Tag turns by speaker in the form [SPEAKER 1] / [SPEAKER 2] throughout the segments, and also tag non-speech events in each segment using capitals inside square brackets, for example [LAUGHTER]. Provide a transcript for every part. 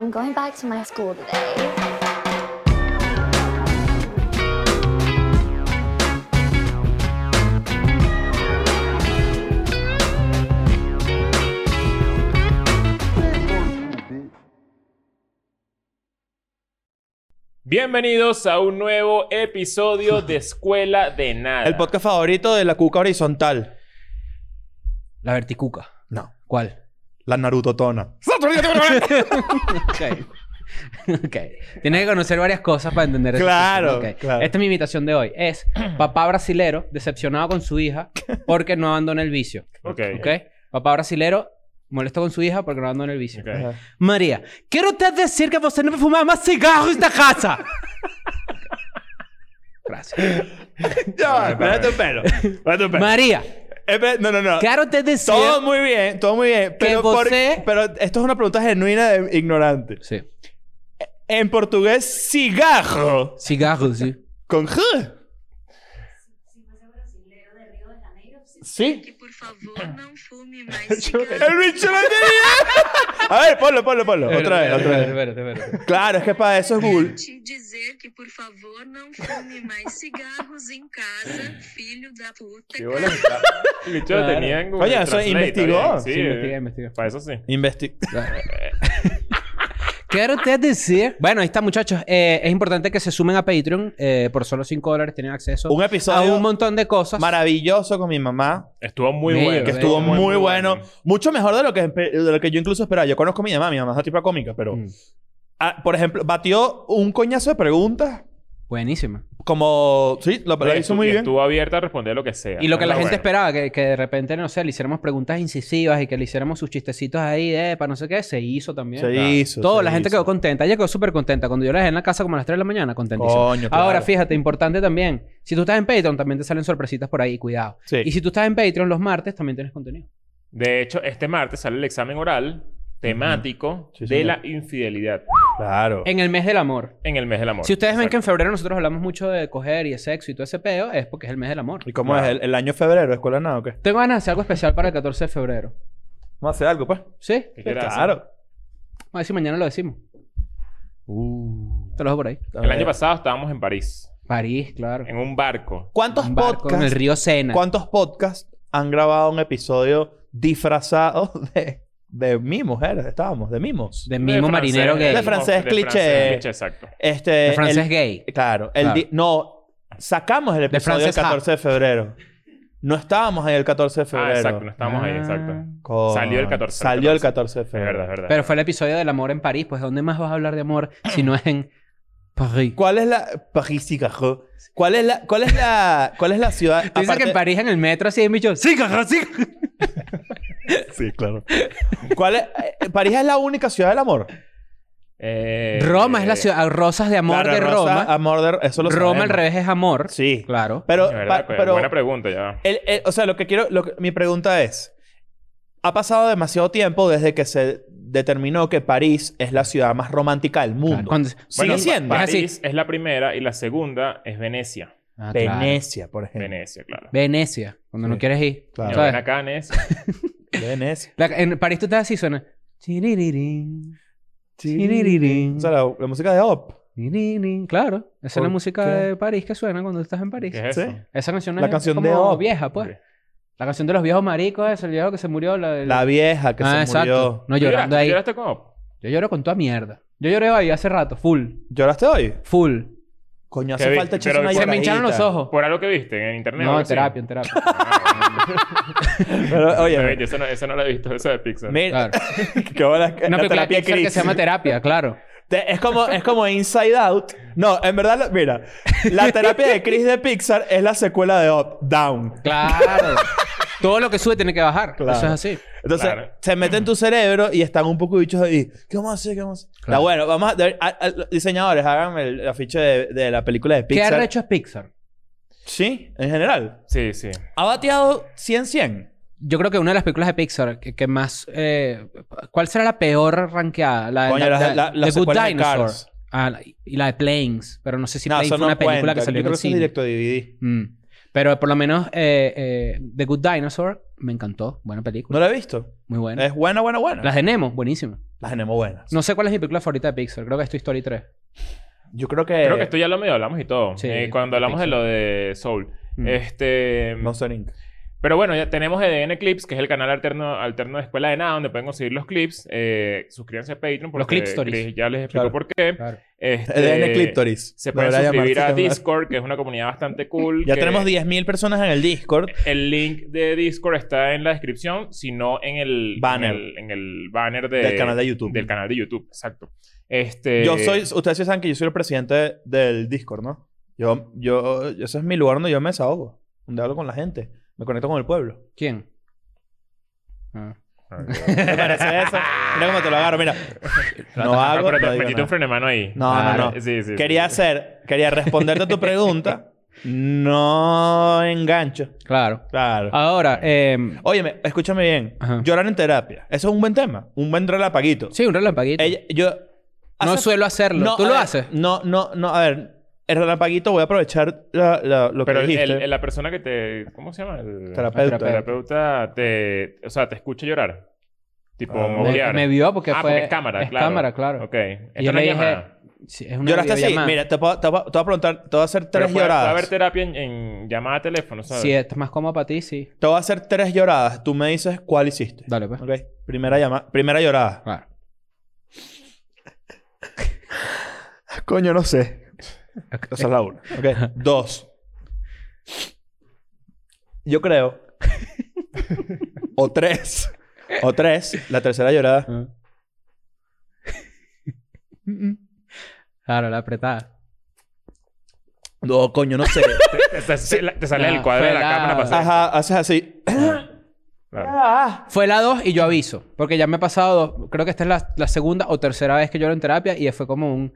[SPEAKER 1] I'm going back to my school today.
[SPEAKER 2] Bienvenidos a un nuevo episodio de Escuela de Nada.
[SPEAKER 3] El podcast favorito de la cuca horizontal.
[SPEAKER 4] La verticuca.
[SPEAKER 3] No.
[SPEAKER 4] ¿Cuál?
[SPEAKER 3] La narutotona. [LAUGHS]
[SPEAKER 4] ok. Ok. Tienes que conocer varias cosas para entender. el
[SPEAKER 3] Claro,
[SPEAKER 4] concepto, ok.
[SPEAKER 3] claro.
[SPEAKER 4] Esta es mi invitación de hoy. Es papá brasilero decepcionado con su hija porque no abandona el vicio.
[SPEAKER 2] Ok.
[SPEAKER 4] ¿Ok? Papá brasilero molesto con su hija porque no abandona el vicio.
[SPEAKER 2] Ok.
[SPEAKER 3] Ajá.
[SPEAKER 4] María, quiero te decir que usted no fumar más cigarros en esta casa. Gracias.
[SPEAKER 3] Ya, espérate un pelo. [LAUGHS] Espérate un pelo.
[SPEAKER 4] María,
[SPEAKER 3] Espérate- No, no, no.
[SPEAKER 4] quiero te decir...
[SPEAKER 3] Todo muy bien, todo muy bien. Pero, por-
[SPEAKER 4] você-
[SPEAKER 3] pero esto es una pregunta genuina de ignorante.
[SPEAKER 4] Sí.
[SPEAKER 3] En portugués, cigarro.
[SPEAKER 4] Cigarros, sí.
[SPEAKER 3] Con G. Sí.
[SPEAKER 5] que por favor não fume mais
[SPEAKER 3] El
[SPEAKER 5] cigarro.
[SPEAKER 3] bicho lo tenía. [LAUGHS] A ver, ponlo, ponlo, ponlo. Otra vez, otra vez.
[SPEAKER 4] Espérate, espérate, espérate.
[SPEAKER 3] Claro, es que para eso es Google.
[SPEAKER 5] Te dizer que por favor não fume mais cigarros em casa, filho da puta.
[SPEAKER 2] Qué bola que está. El bicho lo
[SPEAKER 4] Claro.
[SPEAKER 2] tenía en Google
[SPEAKER 3] Oye, eso
[SPEAKER 2] Translate,
[SPEAKER 3] investigó.
[SPEAKER 2] ¿está bien?
[SPEAKER 4] Sí,
[SPEAKER 2] Sí,
[SPEAKER 4] investiga, investiga.
[SPEAKER 2] Para eso sí.
[SPEAKER 3] Investi...
[SPEAKER 4] [LAUGHS] Quiero te decir. Bueno, ahí está, muchachos. Eh, es importante que se sumen a Patreon. eh, por solo 5 dólares tienen acceso
[SPEAKER 3] Un episodio
[SPEAKER 4] a un montón de cosas.
[SPEAKER 3] Maravilloso con mi mamá.
[SPEAKER 2] Estuvo muy
[SPEAKER 4] Bello,
[SPEAKER 2] bueno.
[SPEAKER 3] Que
[SPEAKER 4] Bello,
[SPEAKER 3] estuvo muy, bueno. Mucho mejor de lo, que, empe- de lo que yo incluso esperaba. Yo conozco a mi mamá. Mi mamá es una tipa cómica, pero...
[SPEAKER 4] Mm.
[SPEAKER 3] Ah, por ejemplo, batió un coñazo de preguntas.
[SPEAKER 4] Buenísima.
[SPEAKER 3] Como... Sí, lo, lo
[SPEAKER 2] Oye,
[SPEAKER 3] hizo
[SPEAKER 2] estu-
[SPEAKER 3] muy
[SPEAKER 2] y
[SPEAKER 3] bien.
[SPEAKER 2] Pues, Estuvo abierta a responder lo que sea.
[SPEAKER 4] Y lo que la
[SPEAKER 2] Está
[SPEAKER 4] gente
[SPEAKER 2] bueno.
[SPEAKER 4] esperaba, que, que de repente, no sé, le hiciéramos preguntas incisivas y que le hiciéramos sus chistecitos ahí de para no sé qué, se hizo también.
[SPEAKER 3] Se
[SPEAKER 2] Claro.
[SPEAKER 3] hizo.
[SPEAKER 4] Todo,
[SPEAKER 3] se
[SPEAKER 4] la gente
[SPEAKER 3] hizo.
[SPEAKER 4] quedó contenta. Ella quedó súper contenta. Cuando yo la dejé en la casa como a las 3 de la mañana, contentísima.
[SPEAKER 3] Coño, claro.
[SPEAKER 4] Ahora, fíjate, importante también. Si tú estás en Patreon, también te salen sorpresitas por ahí, cuidado.
[SPEAKER 3] Sí.
[SPEAKER 4] Y si tú estás en Patreon los martes, también tienes contenido.
[SPEAKER 2] De hecho, este martes sale el examen oral temático
[SPEAKER 3] Sí,
[SPEAKER 2] de
[SPEAKER 3] señor.
[SPEAKER 2] la infidelidad
[SPEAKER 3] Claro.
[SPEAKER 4] En el mes del amor.
[SPEAKER 2] en el mes del amor.
[SPEAKER 4] Si ustedes ven que en
[SPEAKER 2] Exacto.
[SPEAKER 4] febrero nosotros hablamos mucho de coger y de sexo y todo ese peo, es porque es el mes del amor.
[SPEAKER 3] ¿Y cómo
[SPEAKER 2] Claro.
[SPEAKER 3] es? ¿El, el año febrero? ¿Escuela de nada o qué?
[SPEAKER 4] Tengo ganas de hacer algo especial para el 14 de febrero.
[SPEAKER 3] Vamos a hacer algo, pues.
[SPEAKER 4] ¿Sí?
[SPEAKER 2] ¿Qué quieres hacer?
[SPEAKER 3] Claro.
[SPEAKER 4] Vamos a ver si mañana lo decimos.
[SPEAKER 3] Uh.
[SPEAKER 4] Te lo dejo por ahí.
[SPEAKER 2] El año pasado estábamos en París,
[SPEAKER 4] París, claro.
[SPEAKER 2] en un barco.
[SPEAKER 3] ¿Cuántos
[SPEAKER 4] Un barco en el
[SPEAKER 3] podcasts...
[SPEAKER 4] río Sena.
[SPEAKER 3] ¿Cuántos podcasts han grabado un episodio disfrazado [LAUGHS] de, de mimos? era? Estábamos, de mimos.
[SPEAKER 4] De mimo
[SPEAKER 2] francés,
[SPEAKER 4] marinero gay.
[SPEAKER 3] De francés cliché.
[SPEAKER 2] exacto.
[SPEAKER 3] Este,
[SPEAKER 4] De francés
[SPEAKER 3] el-
[SPEAKER 4] gay.
[SPEAKER 3] Claro. El
[SPEAKER 4] Claro.
[SPEAKER 3] di- no, sacamos el episodio del
[SPEAKER 4] francés
[SPEAKER 3] 14 de febrero. No estábamos en el 14 de febrero.
[SPEAKER 2] Ah, exacto, no estábamos ahí,
[SPEAKER 4] Ah.
[SPEAKER 2] exacto.
[SPEAKER 3] Coño,
[SPEAKER 2] Salió el 14,
[SPEAKER 3] Salió el
[SPEAKER 2] 14.
[SPEAKER 3] 14 de
[SPEAKER 2] Es
[SPEAKER 3] febrero.
[SPEAKER 2] verdad, es verdad.
[SPEAKER 4] Pero fue el episodio del amor en París. Pues, ¿dónde más vas a hablar de amor si no es en París?
[SPEAKER 3] ¿Cuál es la París Cigarro? ¿Cuál es la cuál es la cuál es la ciudad
[SPEAKER 4] Tú dices que en París, en el metro, así hay bicho. ¡Sí, caja, sí!
[SPEAKER 3] Sí, claro. ¿Cuál es eh, París es la única ciudad del amor?
[SPEAKER 2] Eh,
[SPEAKER 4] Roma es la ciudad. Rosas de amor
[SPEAKER 3] Claro,
[SPEAKER 4] de
[SPEAKER 3] Rosa,
[SPEAKER 4] Roma.
[SPEAKER 3] Amor de eso lo
[SPEAKER 4] Roma al
[SPEAKER 3] sabemos.
[SPEAKER 4] revés es amor.
[SPEAKER 3] Sí.
[SPEAKER 4] Claro.
[SPEAKER 3] Pero,
[SPEAKER 2] Es verdad,
[SPEAKER 3] pa-
[SPEAKER 2] pues,
[SPEAKER 3] pero
[SPEAKER 2] Buena pregunta, ya.
[SPEAKER 3] el- el- o sea, lo que quiero lo que- mi pregunta es ha pasado demasiado tiempo desde que se determinó que París es la ciudad más romántica del mundo.
[SPEAKER 4] Claro. Cuando-
[SPEAKER 3] Sigue
[SPEAKER 2] Bueno,
[SPEAKER 3] siendo.
[SPEAKER 2] Pa-
[SPEAKER 4] Es así.
[SPEAKER 2] París es la primera y la segunda es Venecia.
[SPEAKER 4] Ah, claro.
[SPEAKER 3] Venecia, por ejemplo.
[SPEAKER 2] Venecia, claro.
[SPEAKER 4] Venecia, cuando no
[SPEAKER 3] Sí.
[SPEAKER 4] quieres ir.
[SPEAKER 3] Claro.
[SPEAKER 2] Ya ven
[SPEAKER 4] ¿sabes?
[SPEAKER 2] acá, Nes.
[SPEAKER 3] Venecia.
[SPEAKER 4] La- en París tú estás así, suena. Chiririrín, chiririrín,
[SPEAKER 3] O sea, la, la música de Op.
[SPEAKER 4] chiririrín. Claro, esa es la
[SPEAKER 3] ¿Por
[SPEAKER 4] música
[SPEAKER 3] qué?
[SPEAKER 4] de París que suena cuando estás en París.
[SPEAKER 2] ¿Qué es eso?
[SPEAKER 3] Sí.
[SPEAKER 4] Esa canción
[SPEAKER 3] La
[SPEAKER 4] es
[SPEAKER 3] canción de
[SPEAKER 4] como
[SPEAKER 3] Op.
[SPEAKER 4] vieja, pues.
[SPEAKER 2] Ok.
[SPEAKER 4] La canción de los viejos maricos, es el viejo que se murió. La,
[SPEAKER 3] La vieja que
[SPEAKER 4] Ah,
[SPEAKER 3] se
[SPEAKER 4] exacto.
[SPEAKER 3] murió.
[SPEAKER 4] No llorando
[SPEAKER 2] ¿Lloraste?
[SPEAKER 4] ahí.
[SPEAKER 2] ¿Lloraste con Op?
[SPEAKER 4] Yo lloro con toda mierda. Yo lloré ahí hace rato, full,
[SPEAKER 3] ¿Lloraste hoy?
[SPEAKER 4] full.
[SPEAKER 3] Coño,
[SPEAKER 2] Qué
[SPEAKER 3] hace
[SPEAKER 2] vi-
[SPEAKER 3] falta echar
[SPEAKER 2] pero
[SPEAKER 3] una
[SPEAKER 2] se
[SPEAKER 4] Se
[SPEAKER 2] Lloradita.
[SPEAKER 4] me hincharon los ojos.
[SPEAKER 3] Pues,
[SPEAKER 2] ¿Por algo que viste en internet? o
[SPEAKER 4] No,
[SPEAKER 2] algo
[SPEAKER 4] en
[SPEAKER 2] así?
[SPEAKER 4] terapia, en
[SPEAKER 3] [LAUGHS]
[SPEAKER 4] terapia.
[SPEAKER 3] Pero,
[SPEAKER 2] Oye,
[SPEAKER 3] oye,
[SPEAKER 2] yo eso no, eso no lo he visto, eso de Pixar.
[SPEAKER 3] mira,
[SPEAKER 4] Claro.
[SPEAKER 3] [LAUGHS] qué
[SPEAKER 4] Una
[SPEAKER 3] bola- la
[SPEAKER 4] película de
[SPEAKER 3] terapia
[SPEAKER 4] Pixar que
[SPEAKER 3] Chris.
[SPEAKER 4] se llama terapia, claro.
[SPEAKER 3] Te- es, como, es como Inside Out. No, en verdad, lo- mira, la terapia de Chris de Pixar es la secuela de Up, Down. [LAUGHS]
[SPEAKER 4] Claro. Todo lo que sube tiene que bajar.
[SPEAKER 3] Claro.
[SPEAKER 4] Eso es así.
[SPEAKER 3] Entonces,
[SPEAKER 2] Claro.
[SPEAKER 3] se mete en tu cerebro y están un poco bichos ahí. ¿Qué vamos a hacer? ¿Qué vamos a hacer?
[SPEAKER 4] Claro.
[SPEAKER 3] La, bueno, vamos a, de- a- a- diseñadores, hagan el, el afiche de, de la película de
[SPEAKER 4] ¿Qué
[SPEAKER 3] Pixar.
[SPEAKER 4] ha hecho es Pixar?
[SPEAKER 3] Sí, en general.
[SPEAKER 2] Sí, sí.
[SPEAKER 3] Ha bateado 100-100.
[SPEAKER 4] Yo creo que una de las películas de Pixar que, que más... eh, ¿Cuál será la peor rankeada? La,
[SPEAKER 3] Coño,
[SPEAKER 4] la,
[SPEAKER 3] la-
[SPEAKER 4] la-
[SPEAKER 3] la- la
[SPEAKER 4] The Good
[SPEAKER 3] secuela de
[SPEAKER 4] Dinosaur.
[SPEAKER 3] Cars.
[SPEAKER 4] Ah, la- y la de Planes. Pero no sé si
[SPEAKER 3] no,
[SPEAKER 4] Planes
[SPEAKER 3] eso
[SPEAKER 4] fue
[SPEAKER 3] no
[SPEAKER 4] una película
[SPEAKER 3] cuenta.
[SPEAKER 4] que salió
[SPEAKER 3] Yo
[SPEAKER 4] en el
[SPEAKER 3] creo que eso es
[SPEAKER 4] cine.
[SPEAKER 3] directo DVD.
[SPEAKER 4] Mm. Pero por lo menos eh, eh, The Good Dinosaur Me encantó. Buena película.
[SPEAKER 3] No la he visto.
[SPEAKER 4] Muy buena.
[SPEAKER 3] Es buena, buena, buena.
[SPEAKER 4] Las de Nemo, buenísima.
[SPEAKER 3] Las tenemos buenas.
[SPEAKER 4] No sé cuál es mi película favorita de Pixar. Creo que es Toy Story 3.
[SPEAKER 3] Yo creo que.
[SPEAKER 2] Creo que esto ya lo medio hablamos y todo.
[SPEAKER 4] Sí,
[SPEAKER 2] Eh, cuando hablamos de
[SPEAKER 4] Pixar.
[SPEAKER 2] lo de Soul.
[SPEAKER 4] Mm.
[SPEAKER 2] Este.
[SPEAKER 3] Monster Inc.
[SPEAKER 2] Pero bueno, ya tenemos EDN Clips, que es el canal alterno, alterno de Escuela de Nada, donde pueden conseguir los clips. Eh, suscríbanse a Patreon. porque
[SPEAKER 4] clip stories.
[SPEAKER 2] Chris ya les explico
[SPEAKER 3] Claro. E
[SPEAKER 2] por qué.
[SPEAKER 4] Claro.
[SPEAKER 2] Este,
[SPEAKER 3] EDN Cliptoris.
[SPEAKER 2] Se pueden
[SPEAKER 3] Deberá
[SPEAKER 2] suscribir a
[SPEAKER 3] llamarse.
[SPEAKER 2] Discord, que es una comunidad bastante cool.
[SPEAKER 3] Ya
[SPEAKER 2] que
[SPEAKER 3] [LAUGHS] tenemos 10.000 personas en el Discord.
[SPEAKER 2] El link de Discord está en la descripción, sino en el
[SPEAKER 3] Banner.
[SPEAKER 2] en el, en el banner de-
[SPEAKER 3] Del canal de YouTube.
[SPEAKER 2] Eh, Del canal de YouTube, exacto. Este,
[SPEAKER 3] Yo
[SPEAKER 2] [LAUGHS]
[SPEAKER 3] soy, ustedes sí saben que yo soy el presidente del Discord, ¿no? Yo, yo, ese es mi lugar donde yo me desahogo, donde hablo con la gente, me conecto con el pueblo.
[SPEAKER 4] ¿Quién? Ah.
[SPEAKER 3] ¿Te parece eso? Mira cómo te lo agarro, mira. No
[SPEAKER 2] Ah,
[SPEAKER 3] hago,
[SPEAKER 2] pero
[SPEAKER 3] no
[SPEAKER 2] te
[SPEAKER 3] digo
[SPEAKER 2] metiste un Ah,
[SPEAKER 3] nada.
[SPEAKER 2] freno de mano ahí.
[SPEAKER 3] No, no,
[SPEAKER 2] Claro. Sí,
[SPEAKER 3] no.
[SPEAKER 2] sí, sí.
[SPEAKER 3] Quería hacer, quería responderte a tu pregunta. No engancho,
[SPEAKER 4] Claro.
[SPEAKER 3] claro.
[SPEAKER 4] Ahora, eh,
[SPEAKER 3] Óyeme, escúchame bien.
[SPEAKER 4] Ah. Ajá.
[SPEAKER 3] Llorar en terapia. Eso es un buen tema, un buen relapaguito.
[SPEAKER 4] sí, un relampaguito.
[SPEAKER 3] Ella, yo...
[SPEAKER 4] No
[SPEAKER 3] hace-
[SPEAKER 4] suelo hacerlo.
[SPEAKER 3] No,
[SPEAKER 4] ¿Tú
[SPEAKER 3] a
[SPEAKER 4] lo
[SPEAKER 3] ver,
[SPEAKER 4] haces?
[SPEAKER 3] No, no, no. A ver, el relampaguito voy a aprovechar la- la- lo
[SPEAKER 2] Pero
[SPEAKER 3] que
[SPEAKER 2] el-
[SPEAKER 3] dijiste.
[SPEAKER 2] el- la persona que te... ¿Cómo se llama? El
[SPEAKER 3] Terapeuta.
[SPEAKER 2] el terapeuta te... O sea, te escucha llorar. Tipo,
[SPEAKER 3] Ah,
[SPEAKER 4] Me-
[SPEAKER 2] moquear.
[SPEAKER 4] Me, vio porque
[SPEAKER 2] ah,
[SPEAKER 4] fue...
[SPEAKER 2] porque es cámara,
[SPEAKER 4] es
[SPEAKER 2] claro.
[SPEAKER 4] cámara, claro.
[SPEAKER 2] Ok. Esto
[SPEAKER 4] Y yo
[SPEAKER 2] no
[SPEAKER 4] le
[SPEAKER 2] es
[SPEAKER 4] dije...
[SPEAKER 2] llamada.
[SPEAKER 4] Sí, es una
[SPEAKER 3] Lloraste así.
[SPEAKER 4] videollamada.
[SPEAKER 3] Mira, te, puedo, te, puedo- te voy a preguntar, te voy a hacer
[SPEAKER 2] Pero
[SPEAKER 3] tres
[SPEAKER 2] puede- puede
[SPEAKER 3] lloradas.
[SPEAKER 2] haber terapia en, en llamada a teléfono, ¿sabes?
[SPEAKER 4] Si es más cómodo para ti, sí.
[SPEAKER 3] Te voy a hacer tres lloradas. Tú me dices cuál hiciste.
[SPEAKER 4] Dale, pues.
[SPEAKER 3] Ok. Primera, llama... Primera llorada.
[SPEAKER 4] Claro.
[SPEAKER 3] Coño, no sé. Esa es la una. Ok. Dos. Yo creo. o tres. O tres. La tercera llorada.
[SPEAKER 4] Ah. Mm, Claro, la apretada.
[SPEAKER 3] No, coño,
[SPEAKER 4] [LAUGHS]
[SPEAKER 3] no sé.
[SPEAKER 2] Te, te- te- te sale
[SPEAKER 4] Ah,
[SPEAKER 2] el cuadro de la
[SPEAKER 4] fue la-
[SPEAKER 2] cámara para hacer-
[SPEAKER 3] Ajá, haces así.
[SPEAKER 2] Claro.
[SPEAKER 3] Ah.
[SPEAKER 4] Fue la dos y yo aviso. Porque ya me ha pasado dos. Creo que esta es la, la segunda o tercera vez que lloro en terapia y fue como un...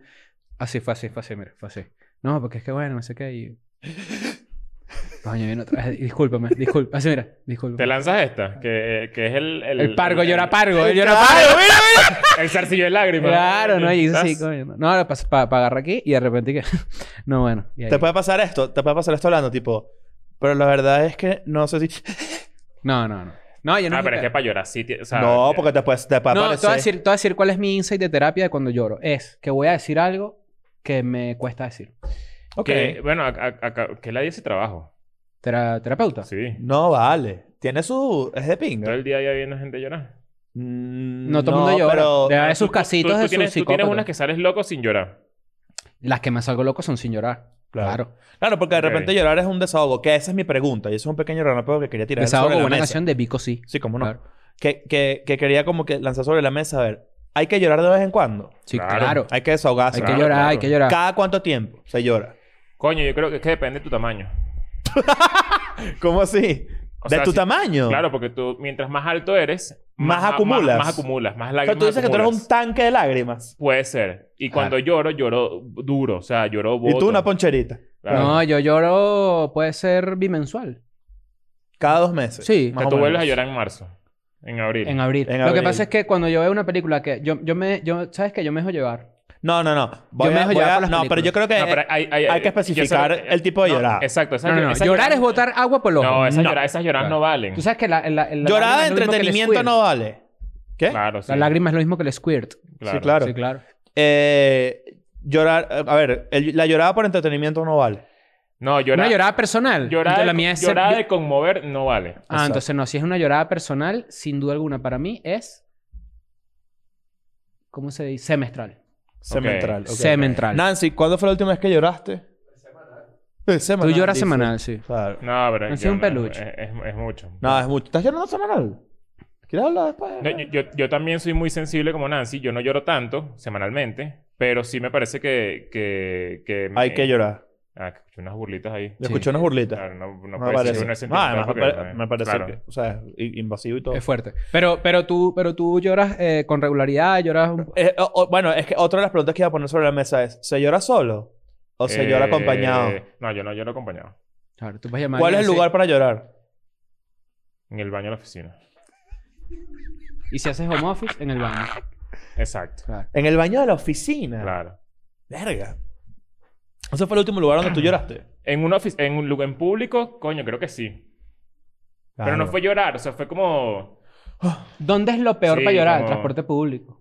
[SPEAKER 4] Así, fue así, fue así, mira, fue así. No, porque es que bueno, no sé qué.
[SPEAKER 3] [LAUGHS]
[SPEAKER 4] Y... Coño, viene otra vez. Discúlpame, disculpa. Así, mira,
[SPEAKER 2] Te
[SPEAKER 4] disculpa.
[SPEAKER 2] lanzas esta, que, eh, que es el... El,
[SPEAKER 4] El pargo
[SPEAKER 2] el-
[SPEAKER 4] llora pargo, él llora
[SPEAKER 3] Claro,
[SPEAKER 4] pargo.
[SPEAKER 3] mira,
[SPEAKER 2] [LAUGHS]
[SPEAKER 3] mira.
[SPEAKER 2] El zarcillo de lágrimas.
[SPEAKER 4] Claro, no, y eso sí,
[SPEAKER 2] ¿Estás?
[SPEAKER 4] coño. No, No, ahora para agarrar aquí y de repente que. [LAUGHS] no, bueno. y ahí.
[SPEAKER 3] Te puede pasar esto. Te puede pasar esto hablando, tipo. Pero la verdad es que no sé si.
[SPEAKER 4] No, no, no. No, yo no.
[SPEAKER 2] Ah,
[SPEAKER 4] me-
[SPEAKER 2] pero es que para llorar sí... ti- O sea,
[SPEAKER 3] no,
[SPEAKER 2] eh,
[SPEAKER 3] porque te puede, te puede
[SPEAKER 4] No, te
[SPEAKER 3] aparecer.
[SPEAKER 4] voy, a decir, te voy a decir cuál es mi insight de terapia de cuando lloro. Es que voy a decir algo que me cuesta decir.
[SPEAKER 3] Ok.
[SPEAKER 2] que- bueno, acá- acá- que la dice trabajo.
[SPEAKER 4] Tera- terapeuta.
[SPEAKER 2] Sí.
[SPEAKER 3] No, vale. Tiene su. Es de
[SPEAKER 2] Todo
[SPEAKER 3] pinga.
[SPEAKER 2] el día ya viendo gente llorar.
[SPEAKER 3] Mm,
[SPEAKER 4] No todo el mundo llora.
[SPEAKER 3] pero-
[SPEAKER 4] Debe haber
[SPEAKER 2] Ah, Tú-
[SPEAKER 4] sus
[SPEAKER 2] tú-
[SPEAKER 4] casitos
[SPEAKER 2] tú,
[SPEAKER 4] de
[SPEAKER 2] tú tienes,
[SPEAKER 4] sus
[SPEAKER 2] tú tienes
[SPEAKER 4] psicópatas.
[SPEAKER 2] unas que sales loco sin llorar.
[SPEAKER 4] Las que me salgo loco son sin llorar.
[SPEAKER 3] Claro.
[SPEAKER 4] Claro.
[SPEAKER 3] Claro, porque de
[SPEAKER 2] Ok.
[SPEAKER 3] repente llorar es un desahogo. Que esa es mi pregunta. Y eso es un pequeño relámpago que quería tirar
[SPEAKER 4] Desahogo
[SPEAKER 3] sobre
[SPEAKER 4] con
[SPEAKER 3] la
[SPEAKER 4] una
[SPEAKER 3] mesa.
[SPEAKER 4] canción de Vico, sí.
[SPEAKER 3] Sí, cómo no.
[SPEAKER 4] Claro.
[SPEAKER 3] Que, que, que quería como que lanzar sobre la mesa. A ver, ¿hay que llorar de vez en cuando?
[SPEAKER 4] Sí,
[SPEAKER 2] Claro.
[SPEAKER 4] claro.
[SPEAKER 3] Hay que desahogarse.
[SPEAKER 4] Hay que
[SPEAKER 2] claro,
[SPEAKER 4] llorar,
[SPEAKER 2] claro.
[SPEAKER 4] hay que llorar.
[SPEAKER 3] ¿Cada cuánto tiempo se llora?
[SPEAKER 2] Coño, yo creo que es que depende de tu tamaño.
[SPEAKER 3] ¿Cómo así?
[SPEAKER 2] O
[SPEAKER 3] ¿De
[SPEAKER 2] sea,
[SPEAKER 3] tu
[SPEAKER 2] sí.
[SPEAKER 3] tamaño?
[SPEAKER 2] Claro, porque tú, mientras más alto eres...
[SPEAKER 3] Más acumulas.
[SPEAKER 2] Más, más acumulas, más
[SPEAKER 3] Pero
[SPEAKER 2] lágrimas
[SPEAKER 3] tú dices que tú eres un
[SPEAKER 2] acumulas.
[SPEAKER 3] tanque de lágrimas.
[SPEAKER 2] Puede ser. Y cuando lloro, lloro duro. O sea, lloro boto.
[SPEAKER 3] Y tú una poncherita.
[SPEAKER 2] Claro.
[SPEAKER 4] No, yo lloro, puede ser bimensual.
[SPEAKER 3] Cada dos meses.
[SPEAKER 4] Sí.
[SPEAKER 2] O
[SPEAKER 3] más
[SPEAKER 2] sea,
[SPEAKER 3] o
[SPEAKER 2] tú vuelves a
[SPEAKER 3] menos.
[SPEAKER 2] llorar en marzo. En abril.
[SPEAKER 4] En abril.
[SPEAKER 3] En
[SPEAKER 4] Lo que
[SPEAKER 3] abril.
[SPEAKER 4] pasa es que cuando yo veo una película que yo, yo me, yo, ¿sabes qué? Yo me dejo llevar.
[SPEAKER 3] No, no, no. Voy
[SPEAKER 4] Yo me
[SPEAKER 3] a-
[SPEAKER 4] dejo
[SPEAKER 3] voy
[SPEAKER 4] llevar
[SPEAKER 3] a-
[SPEAKER 4] por las
[SPEAKER 3] No, pero
[SPEAKER 4] películas.
[SPEAKER 3] yo creo que
[SPEAKER 2] No, pero hay, hay- eh,
[SPEAKER 3] hay que
[SPEAKER 2] yo
[SPEAKER 3] especificar
[SPEAKER 2] sé-
[SPEAKER 3] el tipo de
[SPEAKER 2] no,
[SPEAKER 3] llorar.
[SPEAKER 2] Exacto. esa-
[SPEAKER 4] No, no, no.
[SPEAKER 2] esa
[SPEAKER 4] Llorar es botar agua por los
[SPEAKER 2] No,
[SPEAKER 4] ojos.
[SPEAKER 2] esas lloradas, esas lloradas
[SPEAKER 4] Claro.
[SPEAKER 2] no valen.
[SPEAKER 4] Tú sabes que la, la, la
[SPEAKER 3] Llorada de
[SPEAKER 4] lágrima es lo mismo que el
[SPEAKER 3] entretenimiento
[SPEAKER 4] squirt.
[SPEAKER 3] no vale. ¿Qué?
[SPEAKER 2] Claro, sí.
[SPEAKER 4] La lágrima es lo mismo que el squirt.
[SPEAKER 3] Sí, claro.
[SPEAKER 4] Sí, claro.
[SPEAKER 3] Eh, llorar... A ver, el- la llorada por entretenimiento no vale.
[SPEAKER 2] No, llorar.
[SPEAKER 4] Una llorada personal.
[SPEAKER 2] Llorada,
[SPEAKER 4] Entonces, la
[SPEAKER 2] de-
[SPEAKER 4] mía es ser-
[SPEAKER 2] llorada
[SPEAKER 4] yo-
[SPEAKER 2] de conmover no vale.
[SPEAKER 4] Ah,
[SPEAKER 3] Exacto.
[SPEAKER 4] entonces no. Si es una llorada personal, sin duda alguna para mí es... ¿Cómo se dice? Semestral.
[SPEAKER 3] Semestral. ok.
[SPEAKER 4] Semestral.
[SPEAKER 3] Nancy, ¿cuándo fue la última vez que lloraste? Semanal.
[SPEAKER 4] Tú
[SPEAKER 3] Semanal.
[SPEAKER 4] lloras
[SPEAKER 3] dice.
[SPEAKER 4] semanal, sí.
[SPEAKER 3] Claro.
[SPEAKER 2] No, pero.
[SPEAKER 4] Han
[SPEAKER 2] yo
[SPEAKER 4] sido un
[SPEAKER 2] no-
[SPEAKER 4] peluche.
[SPEAKER 2] Es, es- es mucho.
[SPEAKER 3] No, es mucho. ¿Estás llorando semanal? ¿Quieres hablar después?
[SPEAKER 2] No, yo, yo- yo también soy muy sensible como Nancy. Yo no lloro tanto semanalmente, pero sí me parece que. que, que
[SPEAKER 3] Hay que llorar.
[SPEAKER 2] Ah, escuché unas burlitas ahí.
[SPEAKER 3] Yo
[SPEAKER 4] Sí.
[SPEAKER 3] escuché unas burlitas.
[SPEAKER 2] Claro, no, no puede
[SPEAKER 3] No me
[SPEAKER 2] decir
[SPEAKER 3] parece.
[SPEAKER 2] que uno es
[SPEAKER 3] No,
[SPEAKER 2] sentimental
[SPEAKER 3] además, me,
[SPEAKER 2] porque-
[SPEAKER 3] pare- me parece
[SPEAKER 2] claro.
[SPEAKER 3] que, o sea, i- invasivo y todo.
[SPEAKER 4] Es fuerte. Pero, pero, tú, pero tú lloras eh, con regularidad, lloras... un-
[SPEAKER 3] Eh, o- o- bueno, es que otra de las preguntas que iba a poner sobre la mesa es: ¿se llora solo o se
[SPEAKER 2] Eh,
[SPEAKER 3] llora acompañado?
[SPEAKER 2] No, yo no lloro acompañado.
[SPEAKER 4] Claro, tú vas a llamar
[SPEAKER 3] ¿Cuál
[SPEAKER 4] y
[SPEAKER 3] es el
[SPEAKER 4] decir-
[SPEAKER 3] lugar para llorar?
[SPEAKER 2] En el baño de la oficina.
[SPEAKER 4] Y si haces home office, en el baño.
[SPEAKER 2] Exacto.
[SPEAKER 4] Claro.
[SPEAKER 3] En el baño de la oficina.
[SPEAKER 2] Claro.
[SPEAKER 3] Verga. ¿Ese
[SPEAKER 4] Ah.
[SPEAKER 3] fue el último lugar donde tú lloraste?
[SPEAKER 2] En un, ofici- en un lugar en público, coño, creo que sí. Pero no
[SPEAKER 3] Claro.
[SPEAKER 2] fue llorar, o sea, fue como...
[SPEAKER 4] ¿Dónde es lo peor
[SPEAKER 2] Sí,
[SPEAKER 4] para llorar? El
[SPEAKER 2] como-
[SPEAKER 4] transporte público.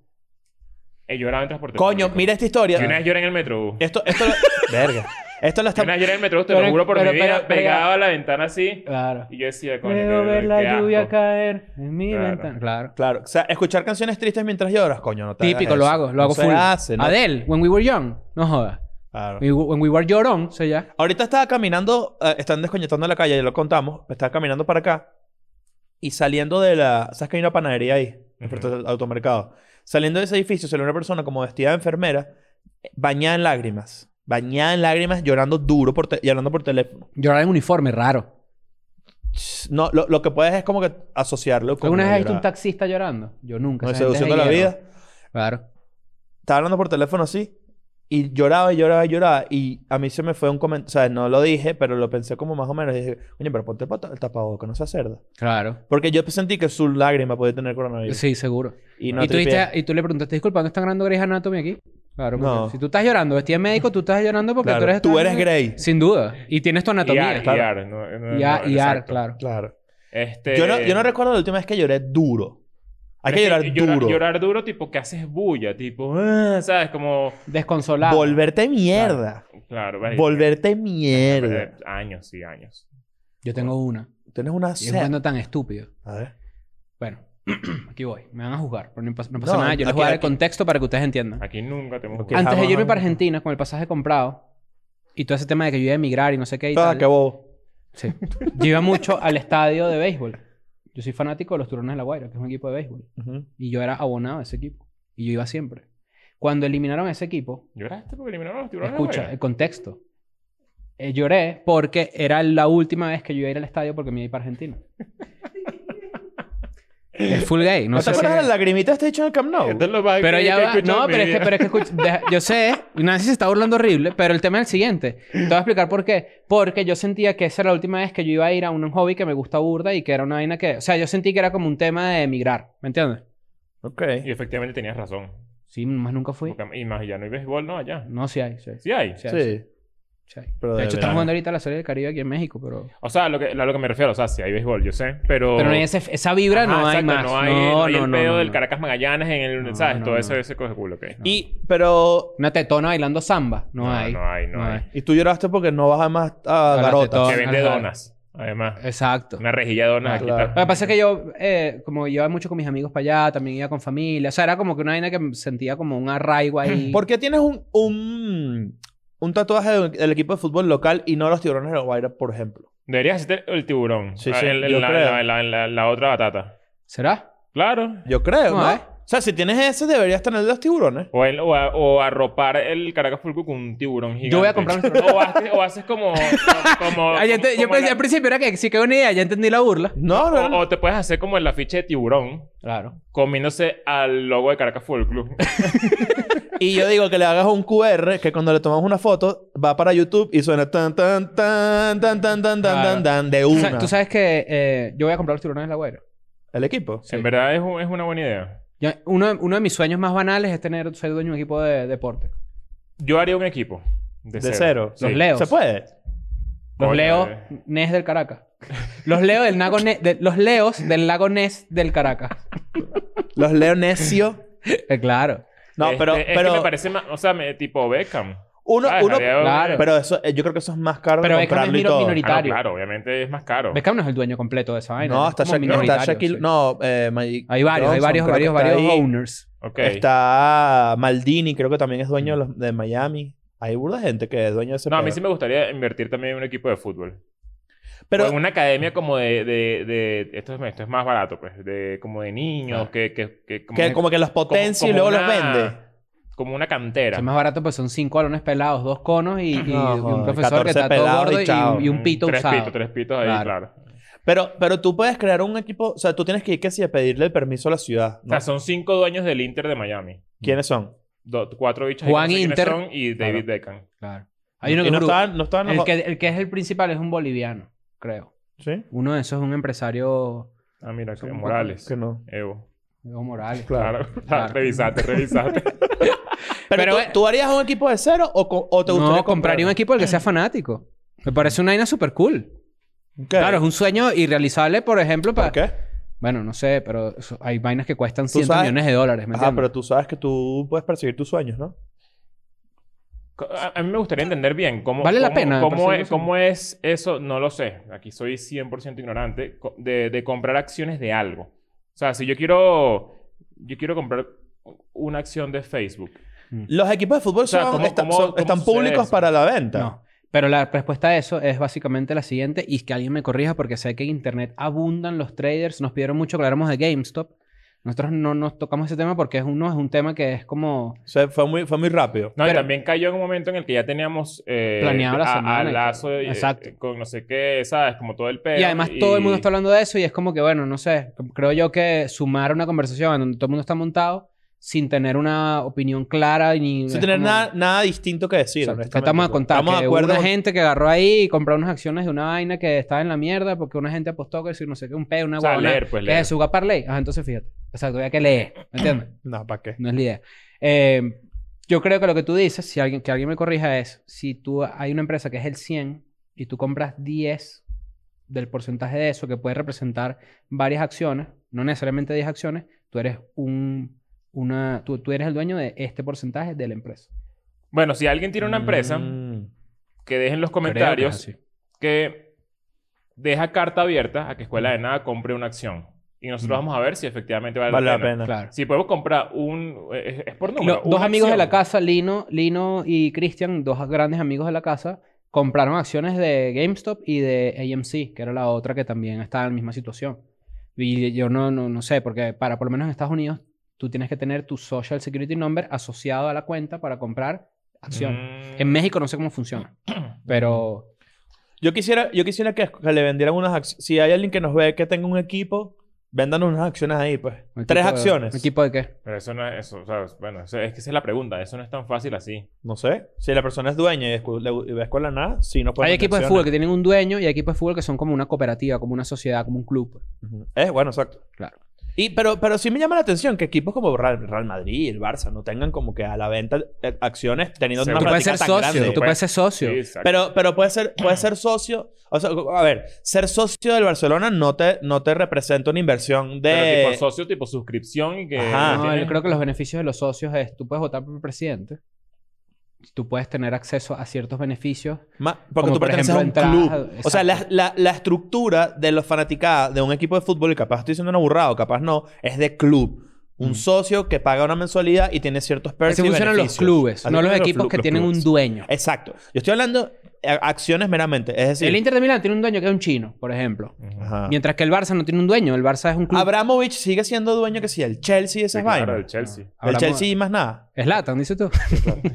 [SPEAKER 2] He llorado eh, en transporte
[SPEAKER 3] Coño,
[SPEAKER 2] público.
[SPEAKER 3] mira esta
[SPEAKER 2] Yo
[SPEAKER 3] historia.
[SPEAKER 2] una vez lloré en el metrobús. Yo [LAUGHS]
[SPEAKER 3] Esto, esto lo... Verga. Esto lo está...
[SPEAKER 2] una vez lloré en el metrobús, te lo
[SPEAKER 4] Pero-
[SPEAKER 2] juro por
[SPEAKER 4] pero-
[SPEAKER 2] mi vida,
[SPEAKER 4] pero- pero-
[SPEAKER 2] pegado a la ventana así.
[SPEAKER 4] Claro.
[SPEAKER 2] Y yo decía, coño,
[SPEAKER 4] Debo
[SPEAKER 2] qué-
[SPEAKER 4] ver
[SPEAKER 2] qué
[SPEAKER 4] la
[SPEAKER 2] asco.
[SPEAKER 4] lluvia caer en mi
[SPEAKER 2] Claro.
[SPEAKER 4] ventana. Claro.
[SPEAKER 3] Claro. O sea, escuchar canciones tristes mientras lloras, coño, no te hagas
[SPEAKER 4] Típico, lo
[SPEAKER 3] eso.
[SPEAKER 4] hago, lo
[SPEAKER 3] No
[SPEAKER 4] hago
[SPEAKER 3] se
[SPEAKER 4] full.
[SPEAKER 3] hace, ¿no? Ah.
[SPEAKER 4] Adele, When We Were Young. No jodas.
[SPEAKER 3] Claro.
[SPEAKER 4] We- When We Were Llorón, o sea ya.
[SPEAKER 3] Ahorita estaba caminando, eh, están desconectando la calle, ya lo contamos. Estaba caminando para acá y saliendo de la. ¿Sabes que hay una panadería ahí?
[SPEAKER 2] Ujú.
[SPEAKER 3] Frente al automercado. Saliendo de ese edificio, salió una persona como vestida de enfermera, eh, bañada en lágrimas. Bañada en lágrimas, llorando duro por te- y hablando por teléfono.
[SPEAKER 4] Llorar en uniforme, raro.
[SPEAKER 3] Ch- No, lo, lo que puedes es como que asociarlo con.
[SPEAKER 4] ¿Alguna vez
[SPEAKER 3] una
[SPEAKER 4] has visto un
[SPEAKER 3] llorada.
[SPEAKER 4] taxista llorando? Yo nunca.
[SPEAKER 3] Con
[SPEAKER 4] esa gente es
[SPEAKER 3] seducción de la
[SPEAKER 4] hierro.
[SPEAKER 3] vida.
[SPEAKER 4] Claro.
[SPEAKER 3] Estaba hablando por teléfono así y lloraba y lloraba y lloraba. Y a mí se me fue un comentario. O sea, no lo dije, pero lo pensé como más o menos. Y dije, coño, pero ponte el pata- el tapabocas, no seas cerda.
[SPEAKER 4] Claro.
[SPEAKER 3] Porque yo sentí que su lágrima podía tener coronavirus.
[SPEAKER 4] Sí, seguro.
[SPEAKER 3] Y no
[SPEAKER 4] y, tú "Ah,
[SPEAKER 3] tripié.
[SPEAKER 4] diste- y tú le preguntaste, disculpa, ¿dónde están grabando Grey's Anatomy aquí? Claro, porque
[SPEAKER 3] No.
[SPEAKER 4] si tú estás llorando, vestida de médico, tú estás llorando porque
[SPEAKER 3] Claro,
[SPEAKER 4] tú eres...
[SPEAKER 3] tú eres Grey.
[SPEAKER 4] Sin duda. Y tienes tu
[SPEAKER 2] Y
[SPEAKER 4] anatomía.
[SPEAKER 2] ar, y
[SPEAKER 3] claro.
[SPEAKER 2] ar, no- no-
[SPEAKER 4] Y ar-
[SPEAKER 2] no,
[SPEAKER 4] y ar,
[SPEAKER 2] exacto.
[SPEAKER 4] claro.
[SPEAKER 3] Claro.
[SPEAKER 2] Este,
[SPEAKER 3] Yo no, yo no recuerdo la última vez que lloré duro. Hay
[SPEAKER 2] pero
[SPEAKER 3] que
[SPEAKER 2] es
[SPEAKER 3] llorar duro.
[SPEAKER 2] Llorar duro, tipo, que haces bulla, tipo, ah, ¿sabes? Como,
[SPEAKER 4] Desconsolado.
[SPEAKER 3] Volverte mierda.
[SPEAKER 2] claro, vale.
[SPEAKER 3] Volverte
[SPEAKER 2] Eh,
[SPEAKER 3] mierda.
[SPEAKER 2] Años, sí, años.
[SPEAKER 4] Yo tengo una.
[SPEAKER 3] Tienes una
[SPEAKER 4] Y es
[SPEAKER 3] sed.
[SPEAKER 4] un cuento tan estúpido.
[SPEAKER 3] A ver.
[SPEAKER 4] Bueno, [CLEARS THROAT] aquí voy. Me van a juzgar. Pero no pasa, no pasa
[SPEAKER 3] No,
[SPEAKER 4] nada. Yo les
[SPEAKER 3] aquí-
[SPEAKER 4] voy a dar el
[SPEAKER 3] aquí-
[SPEAKER 4] contexto para que ustedes entiendan.
[SPEAKER 2] Aquí nunca te hemos
[SPEAKER 3] Ok.
[SPEAKER 2] jugado.
[SPEAKER 4] Antes de
[SPEAKER 3] jamás
[SPEAKER 4] yo irme para
[SPEAKER 3] vamos.
[SPEAKER 4] Argentina con el pasaje comprado y todo ese tema de que yo iba a emigrar y no sé qué y
[SPEAKER 3] Ah,
[SPEAKER 4] tal.
[SPEAKER 3] qué bobo.
[SPEAKER 4] Sí. Yo iba mucho al estadio de béisbol. Yo soy fanático de los Turones de La Guaira, que es un equipo de béisbol.
[SPEAKER 3] Ujú.
[SPEAKER 4] Y yo era abonado a ese equipo. Y yo iba siempre. Cuando eliminaron ese equipo,
[SPEAKER 2] ¿Lloraste porque eliminaron a los tiburones?
[SPEAKER 4] escucha,
[SPEAKER 2] güey?
[SPEAKER 4] el contexto. Eh, lloré porque era la última vez que yo iba a ir al estadio porque me iba a ir para Argentina. es full gay. No,
[SPEAKER 3] ¿No, te
[SPEAKER 4] sé si
[SPEAKER 3] acuerdas
[SPEAKER 4] es-
[SPEAKER 3] de la lagrimita este hecho en el Camp Nou?
[SPEAKER 2] Esto es lo más
[SPEAKER 4] Pero
[SPEAKER 2] que-
[SPEAKER 4] ya
[SPEAKER 2] que he
[SPEAKER 4] va.
[SPEAKER 2] escuchado
[SPEAKER 4] No,
[SPEAKER 2] en mi
[SPEAKER 4] pero es que,
[SPEAKER 2] vida.
[SPEAKER 4] pero es que escucha, deja- yo sé, Nancy se está burlando horrible, pero el tema es el siguiente. Te voy a explicar por qué. Porque yo sentía que esa era la última vez que yo iba a ir a un hobby que me gusta burda y que era una vaina que. O sea, yo sentí que era como un tema de emigrar, ¿me entiendes?
[SPEAKER 3] Ok.
[SPEAKER 2] Y efectivamente tenías razón.
[SPEAKER 4] Sí, más nunca fui.
[SPEAKER 2] Porque, y más, ya no hay béisbol, ¿no? Allá.
[SPEAKER 4] No, sí hay, sí hay.
[SPEAKER 2] Sí hay.
[SPEAKER 4] Sí hay,
[SPEAKER 3] Sí.
[SPEAKER 4] sí hay.
[SPEAKER 3] Pero
[SPEAKER 4] de
[SPEAKER 3] de
[SPEAKER 4] hecho,
[SPEAKER 3] verano.
[SPEAKER 4] estamos jugando ahorita la serie del Caribe aquí en México, pero.
[SPEAKER 2] O sea, lo que, a lo que me refiero, o sea, sí hay béisbol, yo sé, pero...
[SPEAKER 4] Pero no hay ese- esa vibra,
[SPEAKER 2] Ajá,
[SPEAKER 4] no hay
[SPEAKER 2] exacto,
[SPEAKER 4] más.
[SPEAKER 2] No hay, no hay el pedo del Caracas Magallanes en el...
[SPEAKER 4] No,
[SPEAKER 2] ¿Sabes?
[SPEAKER 4] no,
[SPEAKER 2] Todo
[SPEAKER 4] no.
[SPEAKER 2] eso, ese coge culo, ok.
[SPEAKER 3] Y, pero...
[SPEAKER 4] Una tetona bailando samba, no,
[SPEAKER 2] No,
[SPEAKER 4] hay.
[SPEAKER 2] no hay, no hay.
[SPEAKER 3] Y tú lloraste porque no vas más a
[SPEAKER 4] Hablaste
[SPEAKER 3] Garota.
[SPEAKER 4] todo.
[SPEAKER 2] Que vende
[SPEAKER 4] Ajá.
[SPEAKER 2] donas, además.
[SPEAKER 4] Exacto.
[SPEAKER 2] Una rejilla de donas
[SPEAKER 3] Ah,
[SPEAKER 2] aquí
[SPEAKER 3] claro.
[SPEAKER 2] está.
[SPEAKER 4] Lo que pasa es que yo, eh, como iba mucho con mis amigos para allá, también iba con familia. O sea, era como que una vaina que me sentía como un arraigo ahí.
[SPEAKER 3] ¿Por qué tienes un, un, un tatuaje de- del equipo de fútbol local y no los tiburones de la Guaira, por ejemplo?
[SPEAKER 2] Deberías hacer el tiburón.
[SPEAKER 3] Sí,
[SPEAKER 2] Ah,
[SPEAKER 3] sí,
[SPEAKER 2] el- el-
[SPEAKER 3] yo
[SPEAKER 2] la,
[SPEAKER 3] creo.
[SPEAKER 2] la- la- la- la otra batata.
[SPEAKER 4] ¿Será?
[SPEAKER 2] Claro.
[SPEAKER 3] Yo creo, ¿no?
[SPEAKER 4] No, ¿eh?
[SPEAKER 3] O sea, si tienes ese, deberías tener los tiburones.
[SPEAKER 2] O, el- o, a- o arropar el Caracas Fulco con un tiburón gigante.
[SPEAKER 4] Yo voy a comprar un tiburón.
[SPEAKER 2] O haces, o haces como...
[SPEAKER 4] [LAUGHS]
[SPEAKER 2] como,
[SPEAKER 4] Ah, ya ente- yo
[SPEAKER 2] como
[SPEAKER 4] pensé-
[SPEAKER 2] la-
[SPEAKER 4] al principio era que sí que una idea, ya entendí la burla.
[SPEAKER 3] No, no.
[SPEAKER 2] o,
[SPEAKER 3] no.
[SPEAKER 2] o te puedes hacer como el afiche de tiburón
[SPEAKER 4] Claro.
[SPEAKER 2] comiéndose al logo de Caracas Fútbol Club.
[SPEAKER 4] [LAUGHS]
[SPEAKER 3] Y yo digo que le hagas un QR que cuando le tomamos una foto va para YouTube y suena tan tan tan tan tan tan tan tan tan de
[SPEAKER 4] Tú,
[SPEAKER 3] una.
[SPEAKER 4] sa- tú sabes que eh, yo voy a comprar los tiburones de la güera.
[SPEAKER 3] El equipo.
[SPEAKER 2] En verdad es, un- es una buena idea.
[SPEAKER 4] Ya, uno, de- uno de mis sueños más banales es tener, ser dueño de un equipo de deporte.
[SPEAKER 2] Yo haría un equipo. De,
[SPEAKER 3] De cero.
[SPEAKER 4] Los Leos.
[SPEAKER 3] ¿Se puede?
[SPEAKER 4] Los
[SPEAKER 2] Coño,
[SPEAKER 4] leos
[SPEAKER 2] eh.
[SPEAKER 4] Nes del Caracas. Los leos del, Nago Ne- de- los leos del lago Nes del Caracas.
[SPEAKER 3] Los Leonesio.
[SPEAKER 4] Eh, claro.
[SPEAKER 3] No,
[SPEAKER 2] Este,
[SPEAKER 3] pero
[SPEAKER 2] es que
[SPEAKER 3] pero
[SPEAKER 2] me parece más... O sea, me- tipo Beckham.
[SPEAKER 3] uno
[SPEAKER 2] ¿sabes?
[SPEAKER 3] uno
[SPEAKER 2] Haría un-
[SPEAKER 4] Claro.
[SPEAKER 3] pero eso eh, yo creo que eso es más caro
[SPEAKER 4] Ah, Pero
[SPEAKER 3] que
[SPEAKER 4] es que no es
[SPEAKER 3] comprarlo y
[SPEAKER 4] mino-
[SPEAKER 3] todo.
[SPEAKER 2] Ah, no,
[SPEAKER 4] minoritario.
[SPEAKER 2] claro. Obviamente es más caro.
[SPEAKER 4] Beckham no es el dueño completo de esa vaina.
[SPEAKER 3] No,
[SPEAKER 4] es
[SPEAKER 3] está
[SPEAKER 4] como
[SPEAKER 3] Shaquille, está
[SPEAKER 4] minoritario,
[SPEAKER 3] Shaquille-
[SPEAKER 4] sí.
[SPEAKER 3] no, eh, Magic
[SPEAKER 4] Hay varios, hay
[SPEAKER 3] Johnson,
[SPEAKER 4] varios,
[SPEAKER 3] creo que
[SPEAKER 4] varios,
[SPEAKER 3] está
[SPEAKER 4] varios
[SPEAKER 3] ahí.
[SPEAKER 4] owners.
[SPEAKER 2] Ok.
[SPEAKER 3] Está Maldini, creo que también es dueño de los- de Miami. Hay burda de gente que es dueño de ese
[SPEAKER 2] No, a mí
[SPEAKER 3] pedo.
[SPEAKER 2] sí me gustaría invertir también en un equipo de fútbol.
[SPEAKER 3] Pero
[SPEAKER 2] o en una academia como de... de, de- esto, es, esto es más barato, pues. De, como de niños, que... que, que como,
[SPEAKER 3] que como que los potencia y luego los
[SPEAKER 2] una-
[SPEAKER 3] vende.
[SPEAKER 2] Como una cantera.
[SPEAKER 4] Es más barato, pues son cinco balones pelados, dos conos y, y-
[SPEAKER 3] No,
[SPEAKER 4] y un
[SPEAKER 3] joder,
[SPEAKER 4] profesor que
[SPEAKER 3] 14
[SPEAKER 4] está todo
[SPEAKER 3] pelados y
[SPEAKER 4] gordo y,
[SPEAKER 3] chao. Mm,
[SPEAKER 4] y un pito
[SPEAKER 2] tres
[SPEAKER 4] usado.
[SPEAKER 2] pitos, tres pitos ahí,
[SPEAKER 4] Claro.
[SPEAKER 2] claro.
[SPEAKER 3] Pero, pero tú puedes crear un equipo, o sea, tú tienes que ir que sí a pedirle el permiso a la ciudad.
[SPEAKER 2] O
[SPEAKER 3] ¿no?
[SPEAKER 2] sea, son cinco dueños del Inter de Miami.
[SPEAKER 3] ¿Quiénes son?
[SPEAKER 2] Do- cuatro bichos
[SPEAKER 4] Juan
[SPEAKER 2] ahí, no sé
[SPEAKER 4] Inter.
[SPEAKER 2] quiénes son, y David Beckham.
[SPEAKER 4] Claro. Hay uno
[SPEAKER 3] y
[SPEAKER 4] que,
[SPEAKER 3] no
[SPEAKER 4] es Urugu-
[SPEAKER 3] estaban, no estaban
[SPEAKER 4] el
[SPEAKER 3] los-
[SPEAKER 4] que El que es el principal es un boliviano, creo.
[SPEAKER 3] Sí,
[SPEAKER 4] Uno de esos es un empresario
[SPEAKER 2] Ah, mira, que
[SPEAKER 4] Son
[SPEAKER 2] Morales.
[SPEAKER 3] que no.
[SPEAKER 2] Evo.
[SPEAKER 4] Evo Morales.
[SPEAKER 3] Claro.
[SPEAKER 2] Claro. [LAUGHS]
[SPEAKER 4] Claro.
[SPEAKER 2] revisate, revisate.
[SPEAKER 3] Pero,
[SPEAKER 4] Pero,
[SPEAKER 3] tú,
[SPEAKER 4] eh,
[SPEAKER 3] tú harías un equipo de cero o, co- o te gustaría
[SPEAKER 4] no, compraría un
[SPEAKER 3] comprarlo?
[SPEAKER 4] equipo del que sea fanático. Me parece una vaina súper cool.
[SPEAKER 3] Ok.
[SPEAKER 4] Claro, es un sueño irrealizable, por ejemplo, para...
[SPEAKER 3] ¿Por qué?
[SPEAKER 4] Bueno, no sé, pero eso- hay vainas que cuestan
[SPEAKER 3] ¿Tú
[SPEAKER 4] 100
[SPEAKER 3] sabes?
[SPEAKER 4] millones de dólares, ¿me
[SPEAKER 3] Ajá,
[SPEAKER 4] entiendes?
[SPEAKER 3] pero tú sabes que tú puedes perseguir tus sueños, ¿no?
[SPEAKER 2] A, a mí me gustaría entender bien cómo,
[SPEAKER 4] ¿Vale la
[SPEAKER 2] cómo,
[SPEAKER 4] pena
[SPEAKER 2] cómo,
[SPEAKER 4] perseguir
[SPEAKER 2] es,
[SPEAKER 4] eso?
[SPEAKER 2] cómo es eso, no lo sé. Aquí soy 100% ignorante co- de, de comprar acciones de algo. O sea, si yo quiero, yo quiero comprar una acción de Facebook.
[SPEAKER 3] Los equipos de fútbol
[SPEAKER 2] O sea,
[SPEAKER 3] son-
[SPEAKER 2] ¿cómo-
[SPEAKER 3] están-
[SPEAKER 2] cómo-
[SPEAKER 3] son-
[SPEAKER 2] cómo
[SPEAKER 3] están
[SPEAKER 2] sucede
[SPEAKER 3] públicos
[SPEAKER 2] eso?
[SPEAKER 3] para la venta.
[SPEAKER 4] No. Pero la respuesta a eso es básicamente la siguiente, y que alguien me corrija porque sé que en internet abundan los traders. Nos pidieron mucho que habláramos de GameStop. Nosotros no nos tocamos ese tema porque es uno es un tema que es como...
[SPEAKER 3] O sea, fue muy, fue muy rápido.
[SPEAKER 2] No, y
[SPEAKER 4] Pero-
[SPEAKER 2] también cayó en un momento en el que ya teníamos eh,
[SPEAKER 4] Planeado la
[SPEAKER 2] a-
[SPEAKER 4] semana y
[SPEAKER 2] a
[SPEAKER 4] todo.
[SPEAKER 2] lazo y-
[SPEAKER 4] Exacto.
[SPEAKER 2] eh, con no sé qué, ¿sabes? Como todo el pedo.
[SPEAKER 4] Y además todo el mundo está hablando de eso y es como que, bueno, no sé, creo yo que sumar una conversación en donde todo el mundo está montado sin tener una opinión clara y ni...
[SPEAKER 3] Sin
[SPEAKER 4] es
[SPEAKER 3] tener
[SPEAKER 4] como-
[SPEAKER 3] nada, nada distinto que decir.
[SPEAKER 4] Exacto,
[SPEAKER 3] honestamente.
[SPEAKER 4] ¿qué estamos a contar?
[SPEAKER 3] Estamos
[SPEAKER 4] que
[SPEAKER 3] de acuerdo.
[SPEAKER 4] hubo una
[SPEAKER 3] con-
[SPEAKER 4] gente que agarró ahí y compró unas acciones de una vaina que estaba en la mierda porque una gente apostó que si no sé qué, un pedo, una
[SPEAKER 2] O sea,
[SPEAKER 4] guabona.
[SPEAKER 2] leer, pues,
[SPEAKER 4] ¿Qué
[SPEAKER 2] leer.
[SPEAKER 4] es eso? ¿Jugar parlay? Ajá, entonces fíjate. Exacto, había que leer. ¿Me entiendes?
[SPEAKER 3] No, ¿para qué?
[SPEAKER 4] No es la idea. Eh, yo creo que lo que tú dices, si alguien, que alguien me corrija, es si tú hay una empresa que es el 100 y tú compras 10 del porcentaje de eso que puede representar varias acciones, no necesariamente 10 acciones, tú eres un una tú, tú eres el dueño de este porcentaje de la empresa.
[SPEAKER 2] Bueno, si alguien tiene una empresa,
[SPEAKER 3] Mm.
[SPEAKER 2] que dejen los
[SPEAKER 4] Creo que es
[SPEAKER 2] comentarios
[SPEAKER 4] así.
[SPEAKER 2] que deja carta abierta a que Escuela de Nada compre una acción. Y nosotros
[SPEAKER 4] Mm.
[SPEAKER 2] vamos a ver si efectivamente vale,
[SPEAKER 3] Vale la pena.
[SPEAKER 4] Claro.
[SPEAKER 2] Si podemos comprar un... eh, Es, es por número.
[SPEAKER 4] Lo-
[SPEAKER 2] una
[SPEAKER 4] dos amigos de la
[SPEAKER 2] acción.
[SPEAKER 4] casa, Lino, Lino y Cristian, dos grandes amigos de la casa, compraron acciones de GameStop y de AMC, que era la otra que también estaba en la misma situación. Y yo no, no, no sé, porque para por lo menos en Estados Unidos, tú tienes que tener tu Social Security Number asociado a la cuenta para comprar acciones.
[SPEAKER 2] Mm.
[SPEAKER 4] En México no sé cómo
[SPEAKER 3] [CLEARS THROAT]
[SPEAKER 4] funciona, pero
[SPEAKER 3] Yo quisiera, yo quisiera que, que le vendieran unas acciones. Si hay alguien que nos ve que tenga un equipo, vendan unas acciones ahí, pues.
[SPEAKER 4] ¿un
[SPEAKER 3] Tres
[SPEAKER 4] equipo de-
[SPEAKER 3] acciones.
[SPEAKER 4] ¿Un equipo de qué?
[SPEAKER 2] Pero eso no es eso. o sea, bueno, eso- es que esa es la pregunta. Eso no es tan fácil así.
[SPEAKER 3] No sé. Si la persona es dueña y escu- le- y ve escuela nada, sí, no puede.
[SPEAKER 4] Hay
[SPEAKER 3] vender
[SPEAKER 4] equipos de fútbol
[SPEAKER 3] acciones.
[SPEAKER 4] que tienen un dueño y hay equipos de fútbol que son como una cooperativa, como una sociedad, como un club.
[SPEAKER 3] Ujú. Es bueno, exacto.
[SPEAKER 4] Claro.
[SPEAKER 3] Y, pero, pero sí me llama la atención que equipos como Real, Real Madrid, el Barça, no tengan como que a la venta eh, acciones teniendo
[SPEAKER 2] Tú
[SPEAKER 3] una
[SPEAKER 4] Tú puedes
[SPEAKER 3] plática
[SPEAKER 4] ser
[SPEAKER 3] tan
[SPEAKER 4] socio,
[SPEAKER 3] grande. pues.
[SPEAKER 4] tú puedes ser socio.
[SPEAKER 2] Sí, exacto.
[SPEAKER 3] Pero, pero puede ser,
[SPEAKER 4] [CLEARS THROAT]
[SPEAKER 3] puede ser socio. O sea, a ver, ser socio del Barcelona no te, no te representa una inversión
[SPEAKER 2] Pero
[SPEAKER 3] de.
[SPEAKER 2] tipo socio, tipo suscripción y que...
[SPEAKER 3] Ajá. Ah,
[SPEAKER 4] eh, no,
[SPEAKER 2] tienes-
[SPEAKER 4] yo creo que los beneficios de los socios es, tú puedes votar por el presidente, tú puedes tener acceso a ciertos beneficios.
[SPEAKER 3] Ma- porque
[SPEAKER 4] Como,
[SPEAKER 3] tú
[SPEAKER 4] por
[SPEAKER 3] perteneces a un
[SPEAKER 4] ejemplo,
[SPEAKER 3] club.
[SPEAKER 4] entradas,
[SPEAKER 3] O sea, la,
[SPEAKER 4] exacto.
[SPEAKER 3] la, la estructura de los fanaticados de un equipo de fútbol, y capaz estoy diciendo un aburrado, capaz no, es de club. Un
[SPEAKER 4] Mm.
[SPEAKER 3] socio que paga una mensualidad y tiene ciertos perks
[SPEAKER 4] Así
[SPEAKER 3] y
[SPEAKER 4] funcionan los
[SPEAKER 3] beneficios.
[SPEAKER 4] clubes,
[SPEAKER 3] Así
[SPEAKER 4] no los
[SPEAKER 3] funcionan
[SPEAKER 4] equipos
[SPEAKER 3] clu-
[SPEAKER 4] que
[SPEAKER 3] los
[SPEAKER 4] tienen
[SPEAKER 3] clubes.
[SPEAKER 4] un dueño.
[SPEAKER 3] Exacto. Yo estoy hablando de a- acciones meramente. Es decir, Ah.
[SPEAKER 4] El Inter de Milán tiene un dueño que es un chino, por ejemplo.
[SPEAKER 2] Ujú.
[SPEAKER 3] Ajá.
[SPEAKER 4] Mientras que el Barça no tiene un dueño, el Barça es un club.
[SPEAKER 3] Abramovich sigue siendo dueño que sí, el Chelsea y
[SPEAKER 2] Sí,
[SPEAKER 3] esas
[SPEAKER 2] claro,
[SPEAKER 3] vainas.
[SPEAKER 2] el Chelsea.
[SPEAKER 3] El
[SPEAKER 4] Abramo-
[SPEAKER 3] Chelsea y más nada.
[SPEAKER 4] Zlatan, dices tú. [LAUGHS]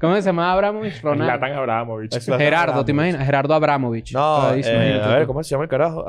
[SPEAKER 4] ¿Cómo se llama Abramovich? Ronaldo.
[SPEAKER 2] Zlatan Abramovich.
[SPEAKER 3] Exacto.
[SPEAKER 4] Gerardo,
[SPEAKER 3] Abramovich.
[SPEAKER 4] ¿te imaginas? Gerardo Abramovich.
[SPEAKER 3] No,
[SPEAKER 4] Ahí se
[SPEAKER 3] eh,
[SPEAKER 4] imagínate
[SPEAKER 3] a ver,
[SPEAKER 4] tú.
[SPEAKER 3] ¿cómo se llama el carajo?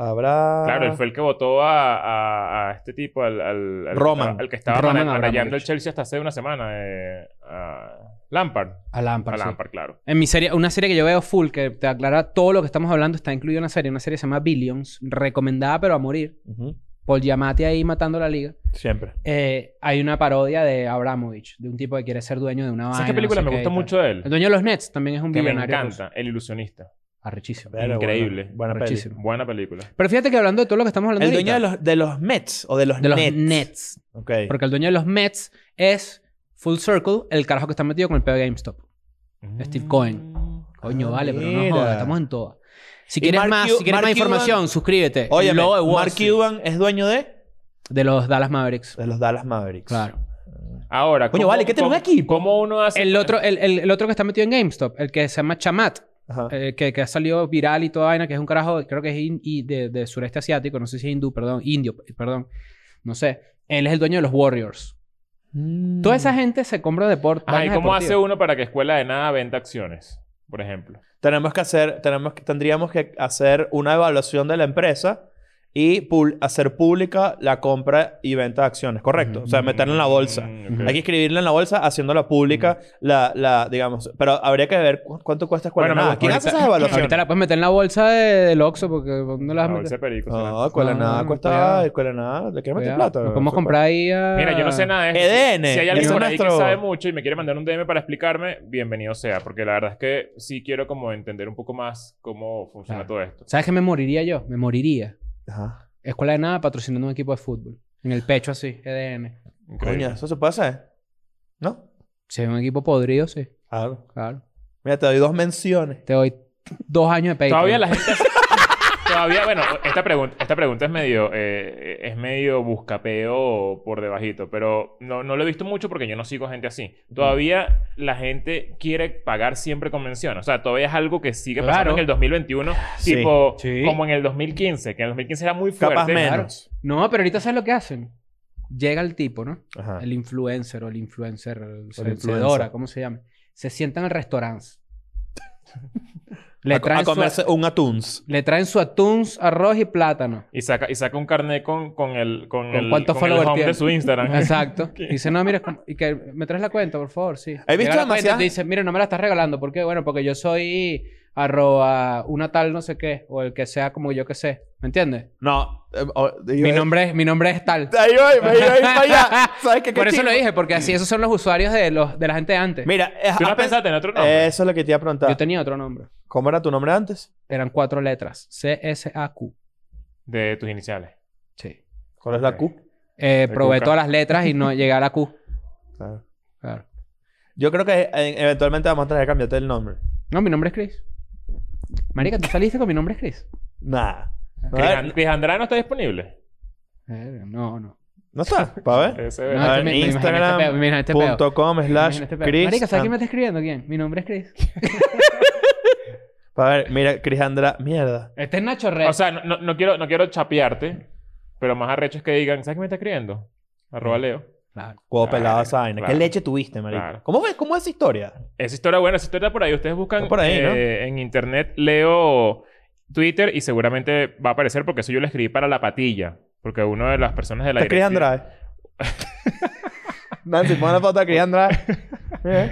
[SPEAKER 2] [LAUGHS]
[SPEAKER 3] Habrá.
[SPEAKER 2] Claro, él fue el que votó a, a- a este tipo, al, al, al,
[SPEAKER 3] Roman.
[SPEAKER 2] al que estaba
[SPEAKER 4] Roman
[SPEAKER 2] mana- manejando el
[SPEAKER 4] Abramovich.
[SPEAKER 2] Chelsea hasta hace una semana. eh, a Lampard.
[SPEAKER 4] A Lampard,
[SPEAKER 2] A
[SPEAKER 4] sí.
[SPEAKER 2] Lampard, claro.
[SPEAKER 4] En mi serie, una serie que yo veo full, que te aclara todo lo que estamos hablando, está incluida una serie, una serie que se llama Billions, recomendada pero a morir.
[SPEAKER 3] Ujú.
[SPEAKER 4] Paul Giamatti ahí matando la liga.
[SPEAKER 3] Siempre.
[SPEAKER 4] Eh, hay una parodia de Abramovich, de un tipo que quiere ser dueño de una vaina.
[SPEAKER 2] ¿Sabes qué
[SPEAKER 4] no
[SPEAKER 2] película
[SPEAKER 4] sé
[SPEAKER 2] me
[SPEAKER 4] qué
[SPEAKER 2] gusta
[SPEAKER 4] y tal.
[SPEAKER 2] mucho de
[SPEAKER 4] El
[SPEAKER 2] él?
[SPEAKER 4] dueño de los Nets también es un pues.
[SPEAKER 2] Que me
[SPEAKER 4] billonario.
[SPEAKER 2] encanta. El ilusionista.
[SPEAKER 4] ruso. Arrechísimo.
[SPEAKER 3] Pero
[SPEAKER 2] Increíble.
[SPEAKER 3] Buena, buena peli.
[SPEAKER 4] Arrechísimo.
[SPEAKER 2] Buena película.
[SPEAKER 4] Pero fíjate que hablando de todo lo que estamos hablando
[SPEAKER 3] El dueño
[SPEAKER 4] ahorita,
[SPEAKER 3] de los, de los Mets o de los
[SPEAKER 4] de los
[SPEAKER 3] Nets.
[SPEAKER 4] Nets.
[SPEAKER 3] Ok.
[SPEAKER 4] Porque el dueño de los Mets es Full Circle, el carajo que está metido con el pedo de GameStop. Steve Cohen. Coño,
[SPEAKER 3] Ah,
[SPEAKER 4] vale, pero
[SPEAKER 3] mira.
[SPEAKER 4] no jodas, estamos en todas. Si
[SPEAKER 3] Y
[SPEAKER 4] quieres
[SPEAKER 3] Mark
[SPEAKER 4] más,
[SPEAKER 3] Cuban-
[SPEAKER 4] si quieres
[SPEAKER 3] Mark
[SPEAKER 4] más
[SPEAKER 3] Cuban-
[SPEAKER 4] información, suscríbete.
[SPEAKER 3] Oye,
[SPEAKER 4] El logo de Wall
[SPEAKER 3] Mark
[SPEAKER 4] Street.
[SPEAKER 3] Cuban es dueño de,
[SPEAKER 4] De los Dallas Mavericks.
[SPEAKER 3] de los Dallas Mavericks.
[SPEAKER 4] Claro.
[SPEAKER 2] Ahora,
[SPEAKER 3] Coño, vale, ¿qué tiene un
[SPEAKER 2] cómo-
[SPEAKER 3] equipo?
[SPEAKER 2] ¿Cómo uno hace?
[SPEAKER 4] El otro, el, el- el otro que está metido en GameStop, el que se llama Chamat,
[SPEAKER 3] Ajá.
[SPEAKER 4] eh, que, que ha salido viral y toda vaina, que es un carajo, creo que es in- y de, de sureste asiático, no sé si es hindú, perdón, indio, perdón, no sé. Él es el dueño de los Warriors.
[SPEAKER 3] Mm.
[SPEAKER 4] Toda esa gente se compra deporte.
[SPEAKER 2] Ajá, ¿y ¿cómo hace uno para que Escuela de Nada venda acciones? Por ejemplo.
[SPEAKER 3] Tenemos que hacer, tenemos que, tendríamos que hacer una evaluación de la empresa y pul- hacer pública la compra y venta de acciones, ¿correcto? O sea, meterla en la bolsa.
[SPEAKER 2] Mm, ok.
[SPEAKER 3] Hay que escribirla en la bolsa haciéndola pública, la, la, digamos, pero habría que ver cu- cuánto cuesta escuela.
[SPEAKER 2] Bueno, me
[SPEAKER 3] nada.
[SPEAKER 2] gusta.
[SPEAKER 3] ¿Quién hace esas evaluaciones?
[SPEAKER 4] Ahorita la puedes meter en la bolsa de- del Oxxo porque no la
[SPEAKER 2] La
[SPEAKER 4] vas a
[SPEAKER 2] bolsa de
[SPEAKER 4] meter.
[SPEAKER 2] perico,
[SPEAKER 3] No,
[SPEAKER 2] será.
[SPEAKER 3] escuela
[SPEAKER 4] No,
[SPEAKER 3] nada
[SPEAKER 4] no,
[SPEAKER 3] cuesta,
[SPEAKER 4] cuidado.
[SPEAKER 3] escuela nada. ¿Le quieres meter
[SPEAKER 4] Cuidado,
[SPEAKER 3] plata?
[SPEAKER 4] Nos podemos
[SPEAKER 3] Súper.
[SPEAKER 4] comprar ahí a...
[SPEAKER 2] Mira, yo no sé nada de esto.
[SPEAKER 3] EDN,
[SPEAKER 2] Si hay alguien
[SPEAKER 3] ese
[SPEAKER 2] por
[SPEAKER 3] E es
[SPEAKER 2] ahí que
[SPEAKER 3] nuestro-
[SPEAKER 2] sabe mucho y me quiere mandar un DM para explicarme, bienvenido sea. Porque la verdad es que sí quiero como entender un poco más cómo funciona
[SPEAKER 3] Ah.
[SPEAKER 4] Claro.
[SPEAKER 2] todo esto.
[SPEAKER 4] ¿Sabes qué me moriría yo? Me moriría.
[SPEAKER 3] Ajá.
[SPEAKER 4] Escuela de nada patrocinando un equipo de fútbol. En el pecho así, E EDN.
[SPEAKER 2] Increíble.
[SPEAKER 3] Coño, ¿eso se puede hacer? ¿No?
[SPEAKER 4] Si es un equipo podrido, sí.
[SPEAKER 3] Claro.
[SPEAKER 4] Claro.
[SPEAKER 3] Mira, te doy dos menciones.
[SPEAKER 4] Te doy dos años de Patreon.
[SPEAKER 2] Todavía la gente... [LAUGHS] Todavía, bueno, esta pregunta, esta pregunta es medio, eh, es medio buscapeo por debajito, pero no, no lo he visto mucho porque yo no sigo gente así. Todavía la gente quiere pagar siempre con mención. O sea, todavía es algo que sigue pasando
[SPEAKER 4] Claro.
[SPEAKER 2] en el 2021,
[SPEAKER 3] Sí.
[SPEAKER 2] tipo
[SPEAKER 4] Sí.
[SPEAKER 2] como en el 2015, que en el 2015 era muy fuerte.
[SPEAKER 3] Capaz
[SPEAKER 2] Claro.
[SPEAKER 3] menos.
[SPEAKER 4] No, pero ahorita sabes lo que hacen. Llega el tipo, ¿no?
[SPEAKER 3] Ajá.
[SPEAKER 4] El influencer o el influencer, el
[SPEAKER 3] Ah. influencer.
[SPEAKER 4] influenciadora, ¿cómo se llama? Se sientan al restaurante.
[SPEAKER 3] [LAUGHS]
[SPEAKER 4] le,
[SPEAKER 3] A, co- a
[SPEAKER 4] traen
[SPEAKER 3] comerse
[SPEAKER 4] su,
[SPEAKER 3] un atún.
[SPEAKER 4] le traen su atún, arroz y plátano.
[SPEAKER 2] Y saca, y saca un carnet con, con el, con
[SPEAKER 4] ¿Con
[SPEAKER 2] el,
[SPEAKER 4] cuántos
[SPEAKER 2] con el
[SPEAKER 4] followers
[SPEAKER 2] home
[SPEAKER 4] tiene?
[SPEAKER 2] de su
[SPEAKER 3] [LAUGHS]
[SPEAKER 2] Instagram.
[SPEAKER 4] Exacto. Dice, no, mira, es como- y que me traes la cuenta, por favor, sí.
[SPEAKER 3] He visto
[SPEAKER 4] Llega la cuenta y
[SPEAKER 3] demasiadas-
[SPEAKER 4] te Dice, mira, no me la estás regalando. ¿Por qué? Bueno, porque yo soy arroba una tal no sé qué, o el que sea como yo que sé. ¿Me entiendes?
[SPEAKER 3] No. eh, o-
[SPEAKER 4] Mi nombre es, mi nombre es
[SPEAKER 3] [LAUGHS]
[SPEAKER 4] tal.
[SPEAKER 3] Ahí voy, me iba a ir
[SPEAKER 4] [LAUGHS]
[SPEAKER 3] para allá. ¿Sabes qué? qué
[SPEAKER 4] Por eso
[SPEAKER 3] chimbo?
[SPEAKER 4] lo dije, porque así esos son los usuarios de, los, de la gente de antes.
[SPEAKER 3] Mira, es-
[SPEAKER 2] ¿Tú no
[SPEAKER 3] ah, pens-
[SPEAKER 2] pensaste en otro nombre?
[SPEAKER 3] Eso es lo que te iba a preguntar.
[SPEAKER 4] Yo tenía otro nombre.
[SPEAKER 3] ¿Cómo era tu nombre antes?
[SPEAKER 4] Eran cuatro letras. C-S-A-Q.
[SPEAKER 2] De tus iniciales.
[SPEAKER 4] Sí.
[SPEAKER 3] ¿Cuál es la
[SPEAKER 2] Ok.
[SPEAKER 3] Q?
[SPEAKER 4] Eh,
[SPEAKER 2] El
[SPEAKER 4] probé
[SPEAKER 2] Cuca.
[SPEAKER 4] todas las letras y
[SPEAKER 2] [LAUGHS]
[SPEAKER 4] no llegué a la Q.
[SPEAKER 3] Claro.
[SPEAKER 4] Claro.
[SPEAKER 3] Yo creo que eh, eventualmente vamos a tener que cambiarte el nombre.
[SPEAKER 4] No, mi nombre es Chris. Marica, ¿tú saliste con mi nombre es Chris?
[SPEAKER 3] Nah. No,
[SPEAKER 2] Cris
[SPEAKER 3] eh,
[SPEAKER 2] And- Cris Andrade no está disponible.
[SPEAKER 4] Eh, no, no.
[SPEAKER 3] no está, para ver.
[SPEAKER 2] Ese-
[SPEAKER 4] No,
[SPEAKER 3] a
[SPEAKER 4] es que
[SPEAKER 3] ver,
[SPEAKER 4] me- me imaginé este peo, me imaginé este peo.
[SPEAKER 3] Instagram.com slash
[SPEAKER 2] este
[SPEAKER 4] Imagínate, pero-
[SPEAKER 3] Chris.
[SPEAKER 4] Marica, ¿sabes quién me
[SPEAKER 3] And-
[SPEAKER 4] está escribiendo? ¿Quién? Mi nombre es Chris.
[SPEAKER 3] Para ver, mira, Chris Andra. Mierda.
[SPEAKER 4] Este es Nacho Red.
[SPEAKER 2] O sea, no, no- no quiero, no quiero chapearte, pero más arrecho es que digan, ¿sabes qué me está escribiendo?
[SPEAKER 3] Mm.
[SPEAKER 2] Arroba Leo.
[SPEAKER 4] claro.
[SPEAKER 3] Cuando
[SPEAKER 2] Claro,
[SPEAKER 3] pelado esa vaina. ¿Qué
[SPEAKER 2] claro.
[SPEAKER 3] leche tuviste, marico?
[SPEAKER 2] Claro.
[SPEAKER 3] ¿Cómo, fue- ¿Cómo es esa historia?
[SPEAKER 2] Esa historia, bueno, esa historia por ahí. Ustedes buscan
[SPEAKER 3] Está por ahí,
[SPEAKER 2] eh,
[SPEAKER 3] ¿no?
[SPEAKER 2] en internet Leo Twitter y seguramente va a aparecer porque eso yo lo escribí para la patilla. Porque uno de las personas de la
[SPEAKER 3] Está Chris
[SPEAKER 2] directiva-
[SPEAKER 3] Andrade. [LAUGHS] Nancy, pon la foto de
[SPEAKER 2] [LAUGHS]
[SPEAKER 3] Chris Andrade. Mira,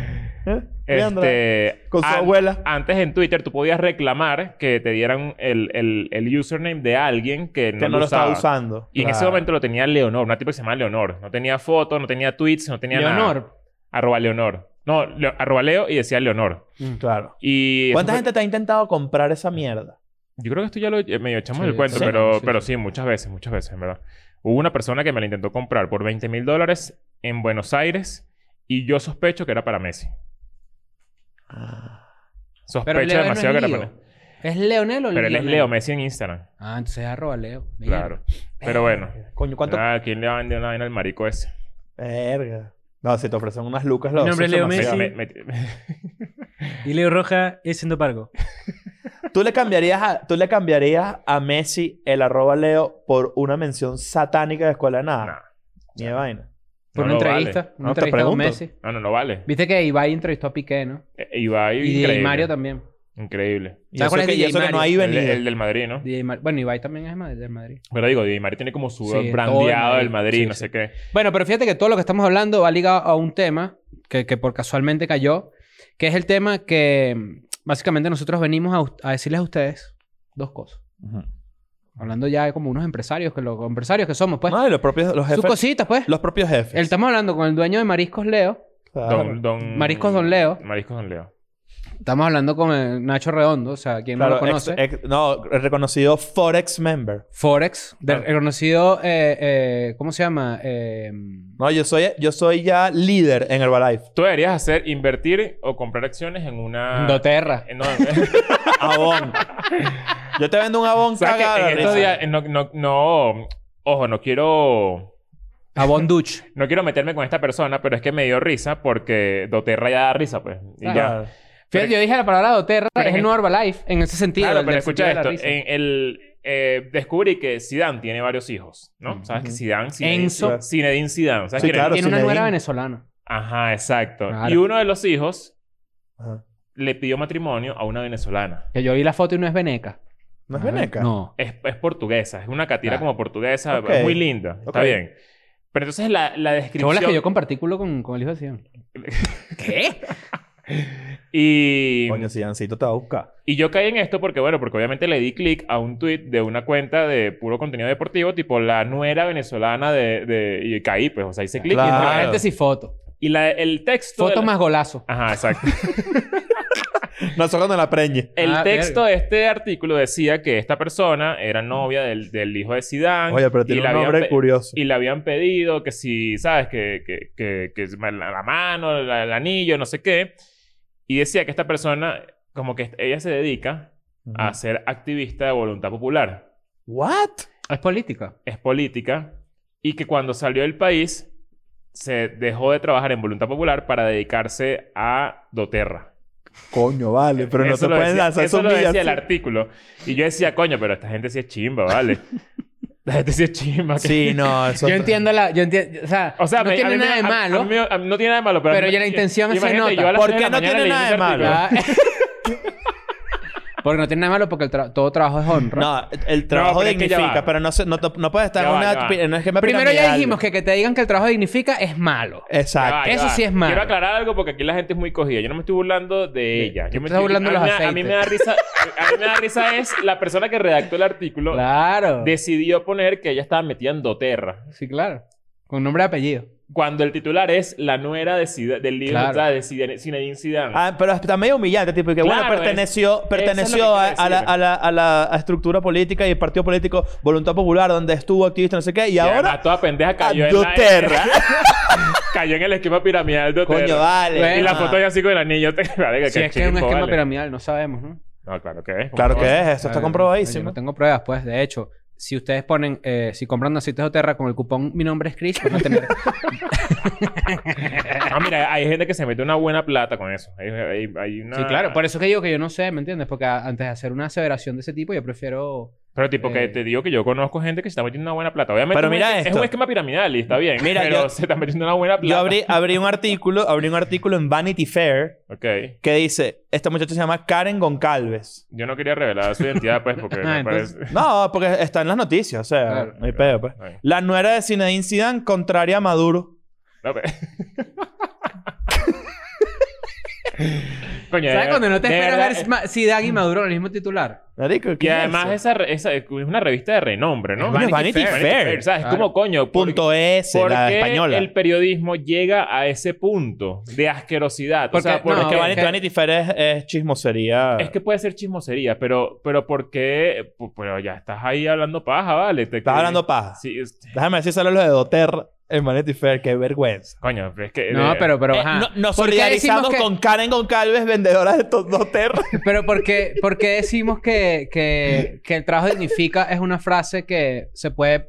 [SPEAKER 3] mira, Chris Andrade.
[SPEAKER 2] Este,
[SPEAKER 3] Con su
[SPEAKER 2] an-
[SPEAKER 3] abuela.
[SPEAKER 2] Antes en Twitter tú podías reclamar que te dieran el, el- el username de alguien que no,
[SPEAKER 3] Que no lo estaba
[SPEAKER 2] usaba.
[SPEAKER 3] usando.
[SPEAKER 2] Y en ese
[SPEAKER 3] Claro.
[SPEAKER 2] momento lo tenía Leonor, una tipa que se llama Leonor. No tenía foto, no tenía tweets, no tenía nada.
[SPEAKER 4] Leonor.
[SPEAKER 2] Arroba Leonor. No, Leo- arroba Leo y decía Leonor.
[SPEAKER 3] Claro.
[SPEAKER 2] Y eso
[SPEAKER 3] ¿Cuánta
[SPEAKER 2] fue-
[SPEAKER 3] gente te ha intentado comprar esa mierda?
[SPEAKER 2] Yo creo que esto ya lo eh, medio echamos
[SPEAKER 4] Sí,
[SPEAKER 2] el cuento,
[SPEAKER 4] sí,
[SPEAKER 2] pero,
[SPEAKER 4] sí,
[SPEAKER 2] pero
[SPEAKER 4] sí.
[SPEAKER 2] sí, muchas veces, muchas veces, en verdad. Hubo una persona que me la intentó comprar por 20 mil dólares en Buenos Aires y yo sospecho que era para Messi. Sospecho
[SPEAKER 4] Pero Leo no
[SPEAKER 2] demasiado
[SPEAKER 4] es
[SPEAKER 2] que era
[SPEAKER 4] Leo.
[SPEAKER 2] para
[SPEAKER 4] ¿Es Leonel o
[SPEAKER 2] Pero él es
[SPEAKER 4] Lionel?
[SPEAKER 2] Leo Messi en Instagram.
[SPEAKER 4] Ah, entonces es arroba Leo. Mierda.
[SPEAKER 2] Claro. Pero bueno.
[SPEAKER 3] Coño, ¿cuánto?
[SPEAKER 2] Ah, ¿Quién le va a vender una vaina al marico ese?
[SPEAKER 3] Verga. No, si te ofrecen unas lucas,
[SPEAKER 6] Mi
[SPEAKER 3] lo
[SPEAKER 6] nombre es Leo
[SPEAKER 3] no sé.
[SPEAKER 6] Messi.
[SPEAKER 2] Me- me- me- [LAUGHS]
[SPEAKER 6] Y Leo Roja es siendo pargo.
[SPEAKER 3] ¿Tú le, cambiarías a, ¿Tú le cambiarías a Messi el arroba Leo por una mención satánica de escuela de nada?
[SPEAKER 2] Nah.
[SPEAKER 3] Ni de vaina.
[SPEAKER 4] Por
[SPEAKER 2] No
[SPEAKER 4] una
[SPEAKER 2] lo
[SPEAKER 4] entrevista.
[SPEAKER 2] vale.
[SPEAKER 4] Una
[SPEAKER 3] No, te
[SPEAKER 4] entrevista con
[SPEAKER 3] pregunto.
[SPEAKER 4] Messi.
[SPEAKER 2] No, no, no vale.
[SPEAKER 4] Viste que Ibai entrevistó a Piqué, ¿no?
[SPEAKER 2] Eh, Ibai,
[SPEAKER 4] Y DJ
[SPEAKER 2] increíble.
[SPEAKER 4] Mario también.
[SPEAKER 2] Increíble.
[SPEAKER 3] Y
[SPEAKER 4] ¿Sabes
[SPEAKER 3] eso,
[SPEAKER 4] cuál es
[SPEAKER 3] que, y
[SPEAKER 4] DJ
[SPEAKER 3] eso que no
[SPEAKER 4] Mario?
[SPEAKER 3] hay
[SPEAKER 2] El,
[SPEAKER 3] venido.
[SPEAKER 2] el del Madrid, ¿no?
[SPEAKER 4] DJ Mar- Bueno, Ibai también es ma- del Madrid.
[SPEAKER 2] Pero digo, Di María tiene como su
[SPEAKER 4] Sí, todo el
[SPEAKER 2] brandeado
[SPEAKER 4] Madrid.
[SPEAKER 2] del Madrid,
[SPEAKER 4] Sí,
[SPEAKER 2] no
[SPEAKER 4] sí.
[SPEAKER 2] sé qué.
[SPEAKER 4] Bueno, pero fíjate que todo lo que estamos hablando va ligado a un tema que, que por casualmente cayó, que es el tema que mm, básicamente nosotros venimos a, us- a decirles a ustedes dos cosas.
[SPEAKER 3] Ujú.
[SPEAKER 4] Hablando ya de como unos empresarios, que los empresarios que somos, pues.
[SPEAKER 3] No, y los propios los
[SPEAKER 4] sus
[SPEAKER 3] jefes.
[SPEAKER 4] cositas, pues.
[SPEAKER 3] Los propios jefes.
[SPEAKER 4] El- estamos hablando con el dueño de Mariscos Leo.
[SPEAKER 3] Claro.
[SPEAKER 2] Don, don...
[SPEAKER 4] Mariscos Don Leo.
[SPEAKER 2] Mariscos Don Leo.
[SPEAKER 4] Estamos hablando con eh, Nacho Redondo, o sea, quien
[SPEAKER 3] Claro,
[SPEAKER 4] no lo conoce.
[SPEAKER 3] ex- ex- no, el reconocido Forex member.
[SPEAKER 4] Forex, del
[SPEAKER 2] Ah.
[SPEAKER 4] reconocido, eh, eh, ¿cómo se llama? Eh,
[SPEAKER 3] No, yo soy, yo soy ya líder en Herbalife.
[SPEAKER 2] Tú deberías hacer invertir o comprar acciones en una.
[SPEAKER 4] Doterra.
[SPEAKER 2] Eh, No, [LAUGHS] en-
[SPEAKER 3] Avon. Yo te vendo un Avon
[SPEAKER 2] ¿Sabes qué?
[SPEAKER 3] cagado.
[SPEAKER 2] en estos días. eh, No, no, no. Ojo, no quiero.
[SPEAKER 4] A Bonduch.
[SPEAKER 2] No quiero meterme con esta persona, pero es que me dio risa porque Doterra ya da risa, pues. Y
[SPEAKER 4] Claro.
[SPEAKER 2] ya.
[SPEAKER 4] Fíjate, yo dije la palabra Doterra,
[SPEAKER 2] pero
[SPEAKER 4] es
[SPEAKER 2] en-
[SPEAKER 4] el nuevo Herbalife, en ese sentido.
[SPEAKER 2] Claro,
[SPEAKER 4] el
[SPEAKER 2] pero
[SPEAKER 4] del
[SPEAKER 2] escucha
[SPEAKER 4] sentido de
[SPEAKER 2] esto.
[SPEAKER 4] la risa.
[SPEAKER 2] En el, eh, descubrí que Zidane tiene varios hijos, ¿no?
[SPEAKER 4] Ujú.
[SPEAKER 2] Sabes que Zidane,
[SPEAKER 4] Enzo.
[SPEAKER 2] Zinedine, Zinedine Zidane. ¿Sabes
[SPEAKER 3] Sí,
[SPEAKER 2] quién es?
[SPEAKER 3] claro.
[SPEAKER 4] Tiene una
[SPEAKER 3] Zinedine.
[SPEAKER 4] nuera venezolana.
[SPEAKER 2] Ajá, exacto.
[SPEAKER 4] Claro.
[SPEAKER 2] Y uno de los hijos
[SPEAKER 3] Ajá.
[SPEAKER 2] le pidió matrimonio a una venezolana.
[SPEAKER 4] Que yo vi la foto y no es veneca.
[SPEAKER 3] ¿No es veneca?
[SPEAKER 4] No.
[SPEAKER 2] Es, es portuguesa, es una catira
[SPEAKER 4] Ah.
[SPEAKER 2] como portuguesa,
[SPEAKER 3] Ok.
[SPEAKER 2] es muy linda, está
[SPEAKER 3] Ok.
[SPEAKER 2] bien. Pero entonces la, la
[SPEAKER 4] Qué
[SPEAKER 2] descripción...
[SPEAKER 4] bolas que yo compartí culo con, con el hijo de Sion. ¿Qué?
[SPEAKER 2] [LAUGHS] y,
[SPEAKER 3] Coño, si Jancito te va a buscar.
[SPEAKER 2] y yo caí en esto porque, bueno, porque obviamente le di clic a un tweet de una cuenta de puro contenido deportivo, tipo la nuera venezolana de... de- y caí, pues, o sea, hice clic. y-
[SPEAKER 3] Claro.
[SPEAKER 4] Paréntesis foto.
[SPEAKER 2] Y, la- el texto... de
[SPEAKER 4] Foto
[SPEAKER 2] la-
[SPEAKER 4] más golazo.
[SPEAKER 2] Ajá,
[SPEAKER 4] [LAUGHS]
[SPEAKER 2] exacto.
[SPEAKER 3] No, eso cuando la preñe.
[SPEAKER 2] El
[SPEAKER 4] Ah,
[SPEAKER 2] texto de este artículo decía que esta persona era novia del, del hijo de Zidane.
[SPEAKER 3] Oye, pero
[SPEAKER 2] y
[SPEAKER 3] tiene
[SPEAKER 2] la
[SPEAKER 3] un
[SPEAKER 2] habían
[SPEAKER 3] nombre
[SPEAKER 2] pe-
[SPEAKER 3] curioso.
[SPEAKER 2] Y le habían pedido que si, ¿sabes? Que, que, que, que la la mano, la- el anillo, no sé qué. Y decía que esta persona, como que ella se dedica a ser activista de voluntad popular.
[SPEAKER 3] ¿What?
[SPEAKER 4] Es política.
[SPEAKER 2] Es política. Y que cuando salió del país, se dejó de trabajar en voluntad popular para dedicarse a Doterra.
[SPEAKER 3] Coño, vale. Pero no
[SPEAKER 2] Eh, Eso
[SPEAKER 3] se
[SPEAKER 2] lo
[SPEAKER 3] pueden
[SPEAKER 2] decía-
[SPEAKER 3] lanzar
[SPEAKER 2] Eso
[SPEAKER 3] esos
[SPEAKER 2] lo decía el
[SPEAKER 3] millas.
[SPEAKER 2] artículo. Y yo decía, coño, pero esta gente sí es chimba,
[SPEAKER 3] [LAUGHS]
[SPEAKER 2] ¿vale? La gente sí es chimba. que-
[SPEAKER 3] Sí,
[SPEAKER 2] [LAUGHS]
[SPEAKER 3] no, eso.
[SPEAKER 4] Yo entiendo la... Yo entiendo... O sea,
[SPEAKER 2] O sea,
[SPEAKER 4] no
[SPEAKER 2] me- a
[SPEAKER 4] tiene
[SPEAKER 2] mí me-
[SPEAKER 4] nada de
[SPEAKER 2] a-
[SPEAKER 4] malo.
[SPEAKER 2] a mí me- a mí no tiene nada de malo, pero...
[SPEAKER 4] Pero ya la intención se
[SPEAKER 2] imagínate,
[SPEAKER 4] nota.
[SPEAKER 2] yo a las
[SPEAKER 3] ¿Por
[SPEAKER 2] tres
[SPEAKER 3] qué
[SPEAKER 2] de la
[SPEAKER 3] no
[SPEAKER 2] mañana
[SPEAKER 3] tiene
[SPEAKER 2] leí
[SPEAKER 3] nada
[SPEAKER 2] ese
[SPEAKER 3] de malo?
[SPEAKER 2] artículo.
[SPEAKER 4] Ah. [LAUGHS] Porque no tiene nada de malo porque el tra- todo trabajo es honra.
[SPEAKER 3] No, el trabajo
[SPEAKER 2] pero es que ya
[SPEAKER 3] dignifica,
[SPEAKER 2] va.
[SPEAKER 3] pero no, se, no, te- no puedes estar
[SPEAKER 2] Ya
[SPEAKER 3] en
[SPEAKER 2] va,
[SPEAKER 3] una,
[SPEAKER 2] ya va.
[SPEAKER 3] pi- en un esquema
[SPEAKER 4] Primero ya
[SPEAKER 3] piramidal.
[SPEAKER 4] dijimos que que te digan que el trabajo dignifica es malo.
[SPEAKER 2] Ya
[SPEAKER 3] Exacto.
[SPEAKER 2] va, ya
[SPEAKER 4] Eso
[SPEAKER 2] va.
[SPEAKER 4] sí es malo.
[SPEAKER 2] Quiero aclarar algo porque aquí la gente es muy cogida. Yo no me estoy burlando de ella.
[SPEAKER 4] tú
[SPEAKER 2] Yo me
[SPEAKER 4] estás
[SPEAKER 2] estoy
[SPEAKER 4] burlando de
[SPEAKER 2] a mí
[SPEAKER 4] los
[SPEAKER 2] me- A mí me da risa... A mí me da risa es la persona que redactó el artículo.
[SPEAKER 4] Claro.
[SPEAKER 2] Decidió poner que ella estaba metida en doterra.
[SPEAKER 4] Sí, claro. Con nombre y apellido.
[SPEAKER 2] Cuando el titular es la nuera de Zida- del líder
[SPEAKER 4] Claro.
[SPEAKER 2] o sea, de Zidane- Zinedine Zidane.
[SPEAKER 3] Ah, pero está medio humillante, tipo, que
[SPEAKER 2] Claro,
[SPEAKER 3] bueno, perteneció,
[SPEAKER 2] es-
[SPEAKER 3] perteneció a,
[SPEAKER 2] eso es lo que
[SPEAKER 3] a la,
[SPEAKER 2] quiero
[SPEAKER 3] a, la, a la estructura política y el partido político Voluntad Popular, donde estuvo activista, no sé qué, y
[SPEAKER 2] Y
[SPEAKER 3] ahora.
[SPEAKER 2] además toda pendeja cayó
[SPEAKER 3] a
[SPEAKER 2] en la-
[SPEAKER 3] Doterra.
[SPEAKER 2] [LAUGHS] cayó en el esquema piramidal de
[SPEAKER 3] Coño,
[SPEAKER 2] Otero.
[SPEAKER 3] vale.
[SPEAKER 2] Y la
[SPEAKER 3] Ah.
[SPEAKER 2] foto ya así con el anillo. [LAUGHS] Te... Vale,
[SPEAKER 4] Si
[SPEAKER 2] qué
[SPEAKER 4] es que es un
[SPEAKER 2] chimbo,
[SPEAKER 4] esquema
[SPEAKER 2] vale.
[SPEAKER 4] piramidal, no sabemos, ¿no?
[SPEAKER 2] No, Ah, claro que es.
[SPEAKER 3] Claro que es, eso
[SPEAKER 4] Claro,
[SPEAKER 3] está
[SPEAKER 4] Yo no
[SPEAKER 3] comprobadísimo.
[SPEAKER 4] tengo pruebas, pues. De hecho, si ustedes ponen, eh, si compran aceites de Terra con el cupón Mi nombre es Chris, van a
[SPEAKER 3] [LAUGHS]
[SPEAKER 4] tener.
[SPEAKER 2] Ah, mira, hay gente que se mete una buena plata con eso. Hay, hay- hay una...
[SPEAKER 4] Sí, claro. Por eso que digo que yo no sé, ¿me entiendes? Porque a- antes de hacer una aseveración de ese tipo, yo prefiero.
[SPEAKER 2] Pero tipo que
[SPEAKER 4] Eh.
[SPEAKER 2] te digo que yo conozco gente que se está metiendo una buena plata. Obviamente
[SPEAKER 3] Pero
[SPEAKER 2] es un
[SPEAKER 3] mira
[SPEAKER 2] esque- es
[SPEAKER 3] esto.
[SPEAKER 2] un esquema piramidal y está bien.
[SPEAKER 3] [LAUGHS] Mira,
[SPEAKER 2] pero
[SPEAKER 3] yo-
[SPEAKER 2] se está metiendo una buena plata.
[SPEAKER 3] Yo abrí, abrí un artículo, abrí un artículo en Vanity Fair
[SPEAKER 2] Ok.
[SPEAKER 3] que dice, esta muchacha se llama Karen Goncalves.
[SPEAKER 2] Yo no quería revelar su identidad, pues,
[SPEAKER 4] [LAUGHS]
[SPEAKER 2] porque
[SPEAKER 4] Ah,
[SPEAKER 2] me
[SPEAKER 4] entonces-
[SPEAKER 2] parece...
[SPEAKER 3] No, porque está en las noticias, o sea,
[SPEAKER 4] Claro.
[SPEAKER 3] no hay pedo, pues.
[SPEAKER 2] Ay,
[SPEAKER 3] La nuera de Zinedine Zidane contraria a Maduro.
[SPEAKER 2] no, pues. pe- Coño,
[SPEAKER 4] [LAUGHS] ¿Sabes
[SPEAKER 2] de-
[SPEAKER 4] cuando no te
[SPEAKER 2] Eh, de
[SPEAKER 4] esperas
[SPEAKER 2] verdad, eh.
[SPEAKER 4] ver Ma- Zidane y Maduro en el mismo titular?
[SPEAKER 3] Marico, ¿qué
[SPEAKER 2] Y
[SPEAKER 3] es
[SPEAKER 2] además
[SPEAKER 3] eso?
[SPEAKER 2] esa, re- esa- es una revista de renombre, ¿no?
[SPEAKER 3] Es Vanity Vanity Fair. Fair,
[SPEAKER 2] ¿sabes?
[SPEAKER 4] Claro.
[SPEAKER 2] Como coño. ¿por-
[SPEAKER 3] Punto S,
[SPEAKER 2] ¿Por
[SPEAKER 3] la
[SPEAKER 2] qué
[SPEAKER 3] española.
[SPEAKER 2] el periodismo llega a ese punto de asquerosidad?
[SPEAKER 4] Porque-
[SPEAKER 2] o sea, ¿por
[SPEAKER 4] no,
[SPEAKER 3] Es que
[SPEAKER 2] qué?
[SPEAKER 4] ok.
[SPEAKER 3] Vanity, Vanity Fair es, es
[SPEAKER 2] Ah,
[SPEAKER 3] chismosería.
[SPEAKER 2] Es que puede ser chismosería, pero, pero ¿por qué? P- Pero ya estás ahí hablando paja, ¿vale? Te-
[SPEAKER 3] Estás hablando paja.
[SPEAKER 2] Sí, es-
[SPEAKER 3] Déjame decir solo lo de Doter en Vanity Fair, qué vergüenza.
[SPEAKER 2] Coño, es que...
[SPEAKER 4] No,
[SPEAKER 2] de-
[SPEAKER 4] pero, pero,
[SPEAKER 3] Eh,
[SPEAKER 4] ajá.
[SPEAKER 3] no- nos
[SPEAKER 4] ¿Por qué
[SPEAKER 3] solidarizamos
[SPEAKER 4] decimos que-
[SPEAKER 3] con Karen Goncalves, vendedora de to- [LAUGHS] Doter.
[SPEAKER 4] [LAUGHS] Pero ¿por qué, por qué decimos que, que, que el trabajo dignifica es una frase que se puede...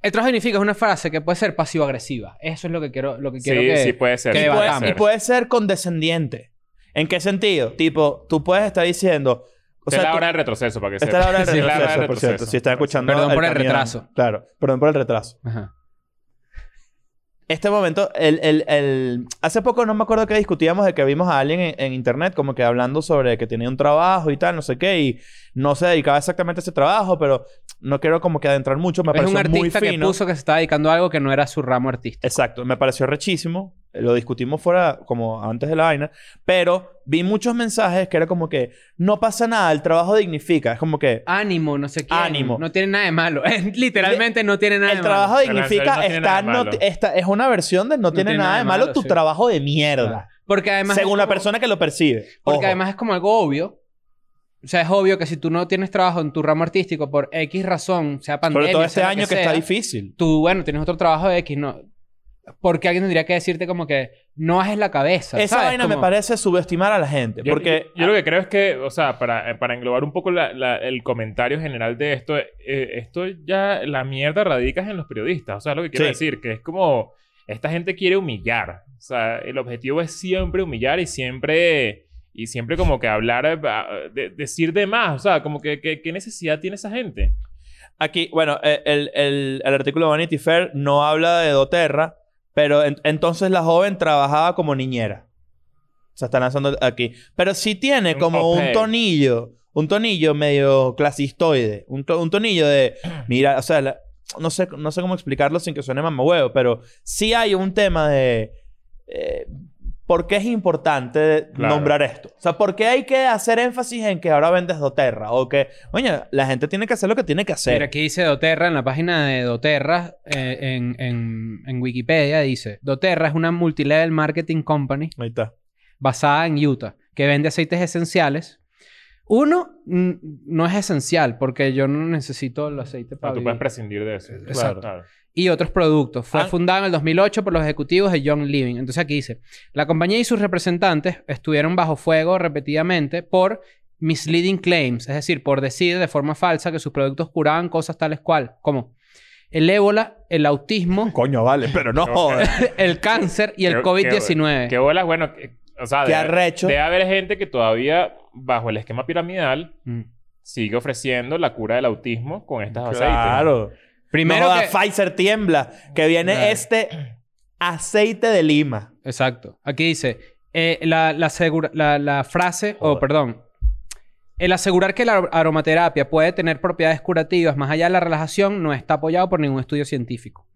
[SPEAKER 4] El trabajo dignifica es una frase que puede ser pasivo-agresiva. Eso es lo que quiero, lo que,
[SPEAKER 2] Sí,
[SPEAKER 4] quiero que...
[SPEAKER 2] sí puede ser.
[SPEAKER 4] que
[SPEAKER 2] sí
[SPEAKER 3] Y
[SPEAKER 2] puede
[SPEAKER 3] puede,
[SPEAKER 4] debatamos.
[SPEAKER 2] ser.
[SPEAKER 3] y puede ser condescendiente. ¿En qué sentido? Tipo, tú puedes estar diciendo... O
[SPEAKER 2] Esta es la
[SPEAKER 3] tú-
[SPEAKER 2] hora del retroceso, para que
[SPEAKER 3] Esta es la hora del [LAUGHS]
[SPEAKER 2] Sí,
[SPEAKER 3] retroceso, por cierto. Si están escuchando...
[SPEAKER 4] Perdón por el
[SPEAKER 3] camión.
[SPEAKER 4] retraso.
[SPEAKER 3] Claro, perdón por el retraso.
[SPEAKER 4] Ajá.
[SPEAKER 3] Este momento, el, el, el... Hace poco no me acuerdo que discutíamos de que vimos a alguien en, en internet como que hablando sobre que tenía un trabajo y tal, no sé qué, y no se dedicaba exactamente a ese trabajo, pero no quiero como que adentrar mucho, me
[SPEAKER 4] Es
[SPEAKER 3] pareció
[SPEAKER 4] un
[SPEAKER 3] muy
[SPEAKER 4] artista que
[SPEAKER 3] fino.
[SPEAKER 4] puso que se estaba dedicando a algo que no era su ramo artístico.
[SPEAKER 3] Exacto, me pareció rechísimo. Lo discutimos fuera, como antes de la vaina. Pero vi muchos mensajes que era como que no pasa nada, el trabajo dignifica. Es como que
[SPEAKER 4] Ánimo, no sé qué.
[SPEAKER 3] Ánimo.
[SPEAKER 4] No tiene nada de malo. [LAUGHS] Literalmente no tiene nada
[SPEAKER 3] el
[SPEAKER 4] de
[SPEAKER 3] trabajo
[SPEAKER 4] malo.
[SPEAKER 2] Pero en
[SPEAKER 3] dignifica
[SPEAKER 2] realidad no tiene
[SPEAKER 3] está,
[SPEAKER 2] nada de
[SPEAKER 3] no-
[SPEAKER 2] malo.
[SPEAKER 3] está- es una versión de no, tiene, nada de malo, tu
[SPEAKER 4] sí.
[SPEAKER 3] trabajo de mierda.
[SPEAKER 4] Porque además... es
[SPEAKER 3] según la
[SPEAKER 4] como-
[SPEAKER 3] persona que lo percibe.
[SPEAKER 4] Porque
[SPEAKER 3] Ojo.
[SPEAKER 4] además es como algo obvio. O sea, es obvio que si tú no tienes trabajo en tu ramo artístico por X razón, sea pandemia,
[SPEAKER 3] sobre todo este
[SPEAKER 4] sea lo
[SPEAKER 3] año que,
[SPEAKER 4] sea,
[SPEAKER 3] está difícil.
[SPEAKER 4] tú, bueno, tienes otro trabajo de X, no. Porque alguien tendría que decirte como que no bajes la cabeza.
[SPEAKER 3] Esa
[SPEAKER 4] ¿sabes?
[SPEAKER 3] vaina me
[SPEAKER 4] Como-
[SPEAKER 3] parece subestimar a la gente.
[SPEAKER 2] Yo-
[SPEAKER 3] porque
[SPEAKER 2] yo, yo lo que creo es que, o sea, para, eh, para englobar un poco la- la- el comentario general de esto, eh, esto ya la mierda radica en los periodistas. O sea, es lo que quiero
[SPEAKER 3] Sí.
[SPEAKER 2] decir, que es como esta gente quiere humillar. O sea, el objetivo es siempre humillar y siempre y siempre como que hablar, eh, ah, de- decir de más. O sea, como que, que- qué necesidad tiene esa gente.
[SPEAKER 3] Aquí, bueno, eh, el, el- el artículo de Vanity Fair no habla de Doterra, pero en- entonces la joven trabajaba como niñera. Se está lanzando aquí. Pero sí tiene
[SPEAKER 2] Un
[SPEAKER 3] como
[SPEAKER 2] au
[SPEAKER 3] un
[SPEAKER 2] pair.
[SPEAKER 3] tonillo un tonillo medio clasistoide. Un, to- un tonillo de. Mira, o sea, la- no, sé, no sé cómo explicarlo sin que suene mamahuevo, pero sí hay un tema de. eh, ¿Por qué es importante
[SPEAKER 2] Claro.
[SPEAKER 3] nombrar esto? O sea, ¿por qué hay que hacer énfasis en que ahora vendes doTERRA? O que, oye, la gente tiene que hacer lo que tiene que hacer.
[SPEAKER 4] Mira, aquí dice doTERRA, en la página de doTERRA, eh, en, en- en Wikipedia dice, doTERRA es una multilevel marketing company
[SPEAKER 3] Ahí está.
[SPEAKER 4] basada en Utah, que vende aceites esenciales. Uno mm, no es esencial porque yo no necesito el aceite
[SPEAKER 2] No,
[SPEAKER 4] para
[SPEAKER 2] tú
[SPEAKER 4] vivir.
[SPEAKER 2] puedes prescindir de eso.
[SPEAKER 4] Exacto.
[SPEAKER 2] Claro.
[SPEAKER 4] y otros productos. Fue
[SPEAKER 3] Ah.
[SPEAKER 4] fundada en el 2008 por los ejecutivos de Young Living. Entonces aquí dice, la compañía y sus representantes estuvieron bajo fuego repetidamente por misleading claims, es decir, por decir de forma falsa que sus productos curaban cosas tales cual como el ébola, el autismo, [LAUGHS]
[SPEAKER 3] Coño, vale, pero no
[SPEAKER 2] No,
[SPEAKER 3] jodas.
[SPEAKER 4] el cáncer y el
[SPEAKER 2] Qué-
[SPEAKER 4] COVID-19.
[SPEAKER 2] Qué bolas, bueno, que- o sea,
[SPEAKER 3] Qué
[SPEAKER 2] debe-
[SPEAKER 3] arrecho.
[SPEAKER 2] debe haber gente que todavía, bajo el esquema piramidal,
[SPEAKER 4] Mm.
[SPEAKER 2] sigue ofreciendo la cura del autismo con estas aceites.
[SPEAKER 3] Claro.
[SPEAKER 4] Primero
[SPEAKER 3] No jodas,
[SPEAKER 4] que-
[SPEAKER 3] Pfizer tiembla, que viene
[SPEAKER 4] Claro.
[SPEAKER 3] este aceite de lima.
[SPEAKER 4] Exacto. Aquí dice, eh, la, la asegura- la- la frase, o
[SPEAKER 3] Joder.
[SPEAKER 4] perdón, el asegurar que la ar- aromaterapia puede tener propiedades curativas más allá de la relajación no está apoyado por ningún estudio científico.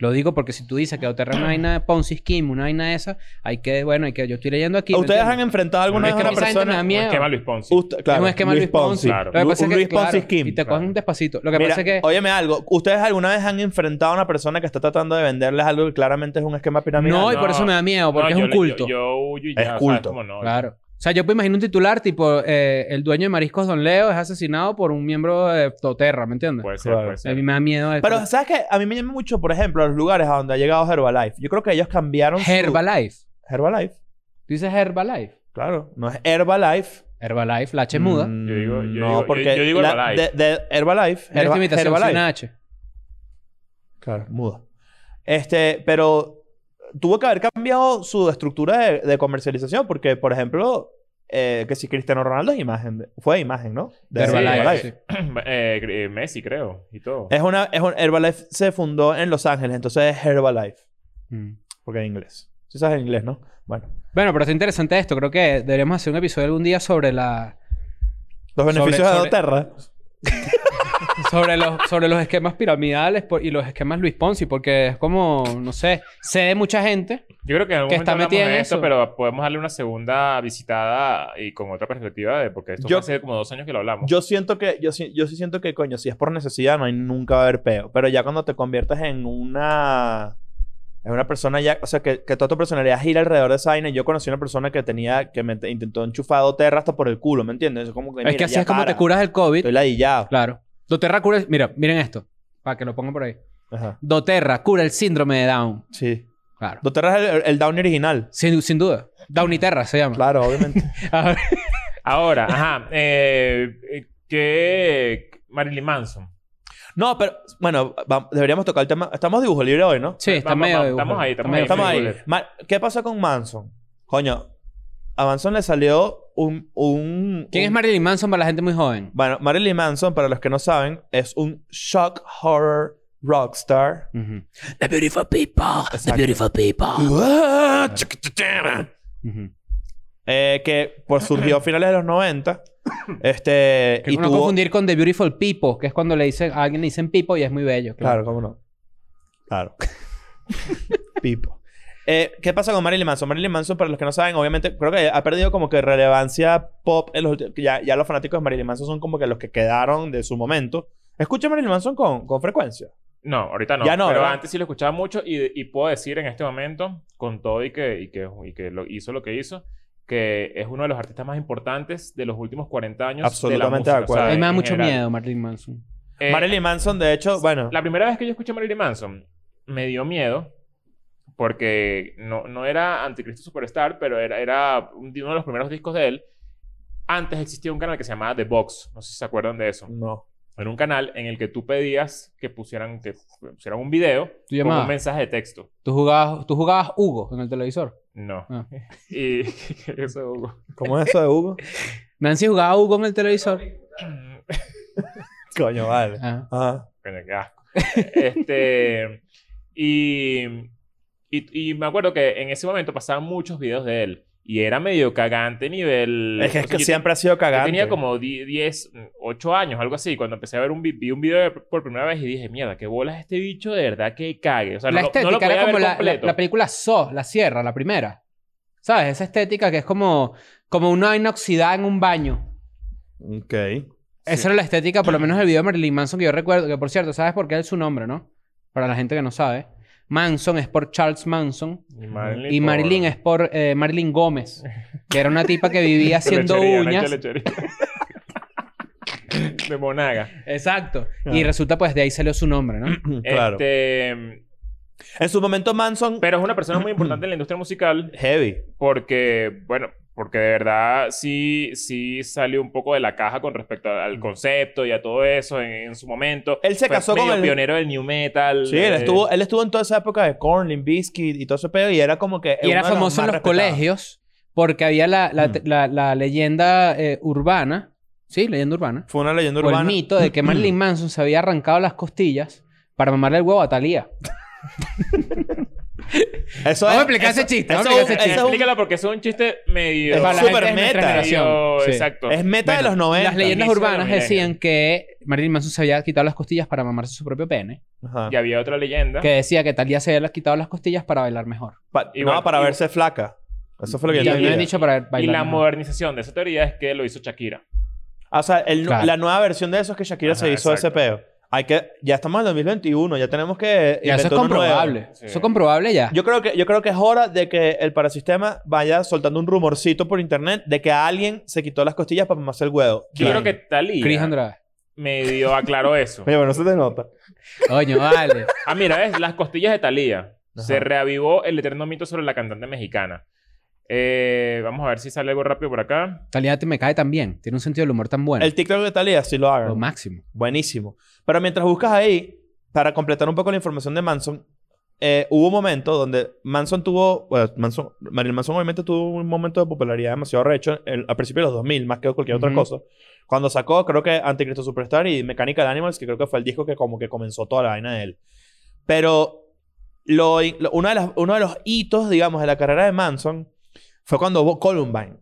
[SPEAKER 4] Lo digo porque si tú dices que Doterra es una vaina de Ponzi Scheme, una vaina de esa, hay que, bueno, hay que, yo estoy leyendo aquí. ¿me
[SPEAKER 3] ¿Ustedes han
[SPEAKER 4] entiendes?
[SPEAKER 3] enfrentado alguna
[SPEAKER 2] Es
[SPEAKER 3] vez
[SPEAKER 2] que
[SPEAKER 3] a
[SPEAKER 2] a
[SPEAKER 4] gente
[SPEAKER 2] mí esa
[SPEAKER 3] una
[SPEAKER 4] me da
[SPEAKER 3] persona?
[SPEAKER 2] Un
[SPEAKER 4] Miedo.
[SPEAKER 2] esquema Luis Ponzi.
[SPEAKER 3] Ust- claro,
[SPEAKER 4] es un esquema Luis Ponzi.
[SPEAKER 2] Claro.
[SPEAKER 4] Lo que
[SPEAKER 3] Lu-
[SPEAKER 4] pasa
[SPEAKER 3] un
[SPEAKER 4] es que,
[SPEAKER 3] Luis Ponzi
[SPEAKER 4] claro,
[SPEAKER 3] Scheme.
[SPEAKER 4] Y te cogen
[SPEAKER 2] Claro.
[SPEAKER 4] despacito. Lo que
[SPEAKER 3] Mira,
[SPEAKER 4] pasa es que...
[SPEAKER 3] Óyeme algo. ¿Ustedes alguna vez han enfrentado a una persona que está tratando de venderles algo que claramente es un esquema piramidal?
[SPEAKER 4] no, y
[SPEAKER 2] no.
[SPEAKER 4] por eso me da miedo, porque
[SPEAKER 2] No,
[SPEAKER 4] es
[SPEAKER 2] yo
[SPEAKER 4] un
[SPEAKER 2] le- yo-
[SPEAKER 4] culto.
[SPEAKER 2] Yo, huyo y
[SPEAKER 3] Es
[SPEAKER 2] ya,
[SPEAKER 3] culto.
[SPEAKER 2] ¿sabes? Como no,
[SPEAKER 4] Claro. O sea, yo me imagino un titular tipo eh, el dueño de Mariscos Don Leo es asesinado por un miembro de Toterra, ¿me entiendes?
[SPEAKER 2] Puede ser,
[SPEAKER 3] Claro.
[SPEAKER 2] puede
[SPEAKER 4] A mí
[SPEAKER 2] ser.
[SPEAKER 4] me da miedo el
[SPEAKER 3] Pero, ¿sabes qué? A mí me llama mucho, por ejemplo, a los lugares a donde ha llegado Herbalife. Yo creo que ellos cambiaron su-
[SPEAKER 4] Herbalife.
[SPEAKER 3] Herbalife.
[SPEAKER 4] ¿Tú dices Herbalife?
[SPEAKER 3] Claro. No es Herbalife.
[SPEAKER 4] Herbalife, la H muda.
[SPEAKER 3] Mm,
[SPEAKER 2] Yo digo- yo
[SPEAKER 3] no,
[SPEAKER 2] digo-
[SPEAKER 3] porque
[SPEAKER 2] yo- yo digo
[SPEAKER 3] la-
[SPEAKER 2] Herbalife.
[SPEAKER 3] De, de Herbalife.
[SPEAKER 4] Mira
[SPEAKER 3] Herba-
[SPEAKER 4] esta imitación sin
[SPEAKER 3] Herbalife.
[SPEAKER 4] H.
[SPEAKER 3] Claro, muda. Este, pero tuvo que haber cambiado su estructura de, de comercialización porque, por ejemplo, eh, que si Cristiano Ronaldo es imagen, de- fue imagen, ¿no? De
[SPEAKER 4] Herbalife.
[SPEAKER 3] Herbalife.
[SPEAKER 4] sí.
[SPEAKER 2] [CLEARS THROAT] Eh, eh, Messi, creo, y todo.
[SPEAKER 3] Es una, es un- Herbalife se fundó en Los Ángeles, entonces es Herbalife,
[SPEAKER 4] Mm.
[SPEAKER 3] porque en inglés. Si sabes inglés, ¿no? Bueno,
[SPEAKER 4] Bueno, pero está interesante esto. Creo que deberíamos hacer un episodio algún día sobre la... [LAUGHS]
[SPEAKER 3] los beneficios
[SPEAKER 4] sobre-
[SPEAKER 3] de Doterra.
[SPEAKER 4] sobre, los, sobre los esquemas piramidales por- y los esquemas Luis Ponzi. Porque es como, no sé, sé de mucha gente.
[SPEAKER 2] Yo creo que en algún
[SPEAKER 4] que
[SPEAKER 2] momento
[SPEAKER 4] está
[SPEAKER 2] hablamos
[SPEAKER 4] metida en
[SPEAKER 2] de esto,
[SPEAKER 4] eso.
[SPEAKER 2] pero podemos darle una segunda visitada y con otra perspectiva, de, porque esto
[SPEAKER 3] Yo-
[SPEAKER 2] fue hace como dos años que lo hablamos.
[SPEAKER 3] Yo siento que, yo, si- yo sí siento que, coño, si es por necesidad, no hay nunca va a haber peo. Pero ya cuando te conviertes en una. En una persona ya. O sea, que, que toda tu personalidad gira alrededor de esa vaina. Y Yo conocí una persona que tenía. Que me te- intentó enchufar Doterra hasta por el culo, ¿me entiendes? Es como que.
[SPEAKER 4] es que
[SPEAKER 3] Pues mira,
[SPEAKER 4] así
[SPEAKER 3] ya
[SPEAKER 4] es como
[SPEAKER 3] para.
[SPEAKER 4] te curas el COVID.
[SPEAKER 3] Estoy ladillado.
[SPEAKER 4] Claro. Doterra cura... el- Mira, miren esto. Para que lo pongan por ahí.
[SPEAKER 3] Ajá.
[SPEAKER 4] Doterra cura el síndrome de Down.
[SPEAKER 3] Sí.
[SPEAKER 4] Claro.
[SPEAKER 3] Doterra es el, el Downey original.
[SPEAKER 4] Sin, sin duda. Downiterra se llama.
[SPEAKER 3] Claro, obviamente.
[SPEAKER 4] Ahora-
[SPEAKER 2] Ahora, ajá, eh, eh, que Marilyn Manson.
[SPEAKER 3] [LAUGHS] no, pero. Bueno, va- deberíamos tocar el tema. Estamos dibujo libre hoy, ¿no?
[SPEAKER 4] sí, está
[SPEAKER 2] Vamos,
[SPEAKER 4] medio...
[SPEAKER 2] vamos, estamos ahí,
[SPEAKER 4] está
[SPEAKER 2] estamos
[SPEAKER 4] medio-
[SPEAKER 3] Estamos
[SPEAKER 2] Sí,
[SPEAKER 3] ahí.
[SPEAKER 2] Gullet.
[SPEAKER 3] Ma- ¿Qué pasó con Manson? Coño, a Manson le salió un. un
[SPEAKER 4] ¿Quién es
[SPEAKER 3] un-
[SPEAKER 4] Marilyn Manson para la gente muy joven?
[SPEAKER 3] Bueno, Marilyn Manson, para los que no saben, es un shock horror rockstar.
[SPEAKER 4] Ujú,
[SPEAKER 7] The beautiful people. The
[SPEAKER 3] Exacto.
[SPEAKER 7] beautiful people.
[SPEAKER 4] ujú.
[SPEAKER 3] eh, que pues, surgió a finales de los 90. Este.
[SPEAKER 4] Que no confundir con The Beautiful People, que es cuando le dicen, a alguien le dicen Pipo y es muy bello.
[SPEAKER 3] Claro, cómo no. Claro. Pipo. Eh, ¿Qué pasa con Marilyn Manson? Marilyn Manson, para los que no saben, obviamente, creo que ha perdido como que relevancia pop. En los últimos- ya, ya los fanáticos de Marilyn Manson son como que los que quedaron de su momento. Escucha a Marilyn Manson con, con frecuencia.
[SPEAKER 2] No, ahorita no.
[SPEAKER 3] Ya no,
[SPEAKER 2] pero
[SPEAKER 3] ¿verdad?
[SPEAKER 2] antes sí lo escuchaba mucho y, y puedo decir en este momento, con todo y que, y que, y que lo, hizo lo que hizo, que es uno de los artistas más importantes de los últimos 40 años.
[SPEAKER 3] Absolutamente
[SPEAKER 2] de,
[SPEAKER 3] de
[SPEAKER 2] la música,
[SPEAKER 3] acuerdo.
[SPEAKER 4] A
[SPEAKER 2] ¿sabes?
[SPEAKER 4] mí me da
[SPEAKER 2] En
[SPEAKER 4] mucho
[SPEAKER 2] general.
[SPEAKER 4] miedo Marilyn Manson.
[SPEAKER 2] Eh,
[SPEAKER 3] Marilyn Manson, de hecho, bueno.
[SPEAKER 2] La primera vez que yo escuché a Marilyn Manson, me dio miedo. Porque no, no era Anticristo Superstar, pero era, era un- uno de los primeros discos de él. Antes existía un canal que se llamaba The Box. No sé si se acuerdan de eso.
[SPEAKER 3] No.
[SPEAKER 2] Era un canal en el que tú pedías que pusieran, que pusieran un video
[SPEAKER 4] ¿Tú
[SPEAKER 2] con
[SPEAKER 4] llamabas?
[SPEAKER 2] un mensaje de texto.
[SPEAKER 4] ¿Tú jugabas, tú jugabas Hugo en el televisor?
[SPEAKER 2] No.
[SPEAKER 4] Ah.
[SPEAKER 2] [LAUGHS] Y eso,
[SPEAKER 4] [LAUGHS]
[SPEAKER 2] Hugo.
[SPEAKER 3] ¿Cómo es eso de Hugo?
[SPEAKER 4] Nancy jugaba Hugo en el televisor.
[SPEAKER 3] Coño, vale.
[SPEAKER 4] [LAUGHS] Ah.
[SPEAKER 3] Ajá.
[SPEAKER 2] Coño, qué asco. Este. Y, y, y me acuerdo que en ese momento pasaban muchos videos de él. Y era medio cagante nivel...
[SPEAKER 3] Es que,
[SPEAKER 4] Pues
[SPEAKER 2] o sea,
[SPEAKER 3] es que
[SPEAKER 2] yo te-
[SPEAKER 3] siempre ha sido
[SPEAKER 2] yo
[SPEAKER 3] cagante.
[SPEAKER 2] tenía como die- 10, 8 años, algo así. Cuando empecé a ver un, vi vi un video de- por primera vez y dije, mierda, qué bolas este bicho de verdad que cague. O sea,
[SPEAKER 4] la
[SPEAKER 2] no,
[SPEAKER 4] estética
[SPEAKER 2] no lo podía
[SPEAKER 4] era como
[SPEAKER 2] ver
[SPEAKER 4] la, la,
[SPEAKER 2] completo.
[SPEAKER 4] la película So, la sierra, la primera. ¿Sabes? Esa estética que es como, como una vaina oxidada en un baño.
[SPEAKER 3] Ok. [LAUGHS]
[SPEAKER 4] Este Esa era la estética, por lo
[SPEAKER 3] [CLEARS THROAT]
[SPEAKER 4] menos el video de Marilyn Manson que yo recuerdo. Que por cierto, ¿sabes por qué es su nombre, no? Para la gente que no sabe. Manson es por Charles Manson.
[SPEAKER 2] Y Marilyn,
[SPEAKER 4] Y Marilyn es por eh, Marilyn Gómez. Que era una tipa que
[SPEAKER 3] [LAUGHS]
[SPEAKER 4] vivía haciendo uñas.
[SPEAKER 2] de monaga.
[SPEAKER 4] Exacto.
[SPEAKER 3] Ah.
[SPEAKER 4] Y resulta, pues, de ahí salió su nombre,
[SPEAKER 3] [CLEARS THROAT]
[SPEAKER 4] ¿no?
[SPEAKER 3] claro.
[SPEAKER 2] Este,
[SPEAKER 3] En su momento Manson...
[SPEAKER 2] pero es una persona muy importante en la industria musical
[SPEAKER 3] Heavy.
[SPEAKER 2] porque, bueno, porque de verdad sí, sí salió un poco de la caja con respecto al concepto y a todo eso en, en su momento.
[SPEAKER 3] Él se
[SPEAKER 2] Fue
[SPEAKER 3] casó con
[SPEAKER 2] medio
[SPEAKER 3] el-
[SPEAKER 2] pionero del new metal.
[SPEAKER 3] Sí, él
[SPEAKER 2] eh,
[SPEAKER 3] estuvo, él estuvo en toda esa época de Korn, Limp Bizkit y todo ese pedo. Y era como que...
[SPEAKER 4] Y era
[SPEAKER 3] uno de
[SPEAKER 4] famoso en
[SPEAKER 3] más
[SPEAKER 4] los
[SPEAKER 3] respetados. Mm.
[SPEAKER 4] colegios porque había la, la, la- la leyenda eh, urbana. Sí, leyenda urbana.
[SPEAKER 3] Fue una leyenda
[SPEAKER 4] O el
[SPEAKER 3] urbana.
[SPEAKER 4] mito de que
[SPEAKER 3] [CLEARS THROAT]
[SPEAKER 4] Marilyn Manson se había arrancado las costillas para mamarle el huevo a Thalía. Vamos
[SPEAKER 3] Eso
[SPEAKER 4] a
[SPEAKER 3] es-
[SPEAKER 4] explicar
[SPEAKER 3] eso-
[SPEAKER 4] ese chiste, vamos
[SPEAKER 3] eso
[SPEAKER 4] a explicar
[SPEAKER 3] es un-
[SPEAKER 4] ese chiste.
[SPEAKER 3] eso es un-
[SPEAKER 2] Explícala porque es un chiste medio...
[SPEAKER 3] Es
[SPEAKER 4] Para la
[SPEAKER 3] súper
[SPEAKER 4] gente de nuestra
[SPEAKER 3] meta.
[SPEAKER 4] generación.
[SPEAKER 2] medio-
[SPEAKER 4] Sí.
[SPEAKER 2] Exacto.
[SPEAKER 3] Es meta de los 90.
[SPEAKER 4] Las leyendas
[SPEAKER 2] Inicio de
[SPEAKER 4] urbanas
[SPEAKER 2] los
[SPEAKER 4] decían
[SPEAKER 2] millennials.
[SPEAKER 4] que Marilyn Manson se había quitado las costillas para mamarse su propio pene.
[SPEAKER 3] Ajá.
[SPEAKER 2] Y había otra leyenda.
[SPEAKER 4] Que decía que Talía se había quitado las costillas para bailar mejor.
[SPEAKER 3] Pa-
[SPEAKER 2] Igual-
[SPEAKER 3] no, para
[SPEAKER 2] igual-
[SPEAKER 3] verse flaca. Eso fue lo que
[SPEAKER 4] Y
[SPEAKER 3] yo
[SPEAKER 2] la-
[SPEAKER 4] habían
[SPEAKER 3] entendí.
[SPEAKER 4] dicho para
[SPEAKER 2] Y
[SPEAKER 4] bailar
[SPEAKER 2] la
[SPEAKER 4] mejor.
[SPEAKER 2] modernización de esa teoría es que lo hizo Shakira.
[SPEAKER 3] O sea, el-
[SPEAKER 4] Claro.
[SPEAKER 3] la nueva versión de eso es que Shakira
[SPEAKER 2] Ajá,
[SPEAKER 3] se hizo ese
[SPEAKER 2] exacto.
[SPEAKER 3] peo. Hay que... Ya estamos en 2021. Ya tenemos que...
[SPEAKER 4] Ya, eso es
[SPEAKER 3] inventar uno nuevo.
[SPEAKER 4] comprobable.
[SPEAKER 2] Sí.
[SPEAKER 4] Eso es comprobable ya.
[SPEAKER 3] Yo creo, que, yo creo que es hora de que el parasistema vaya soltando un rumorcito por internet de que a alguien se quitó las costillas para mamarse el huevo.
[SPEAKER 2] Yo creo que
[SPEAKER 4] Chris
[SPEAKER 2] Talía
[SPEAKER 4] Andrade.
[SPEAKER 2] medio aclaró eso.
[SPEAKER 3] Oye, bueno, no se te nota.
[SPEAKER 4] Coño, vale.
[SPEAKER 2] Ah, mira, es las costillas de Talía.
[SPEAKER 3] Ajá.
[SPEAKER 2] Se reavivó el eterno mito sobre la cantante mexicana. Eh, vamos a ver si sale algo rápido por acá.
[SPEAKER 4] Talía te me cae tan bien. Tiene un sentido del humor tan bueno.
[SPEAKER 3] El TikTok de Talía sí lo
[SPEAKER 4] Lo
[SPEAKER 3] hagan.
[SPEAKER 4] máximo.
[SPEAKER 3] Buenísimo. Pero mientras buscas ahí, para completar un poco la información de Manson, eh, hubo un momento donde Manson tuvo... Bueno, Manson, Marilyn Manson obviamente tuvo un momento de popularidad demasiado recho en- a principios de los 2000, más que cualquier otra
[SPEAKER 4] Ujú.
[SPEAKER 3] cosa. Cuando sacó, creo que Anticristo Superstar y Mechanical Animals, que creo que fue el disco que como que comenzó toda la vaina de él. Pero lo, lo- una de las- uno de los hitos, digamos, de la carrera de Manson fue cuando hubo Columbine.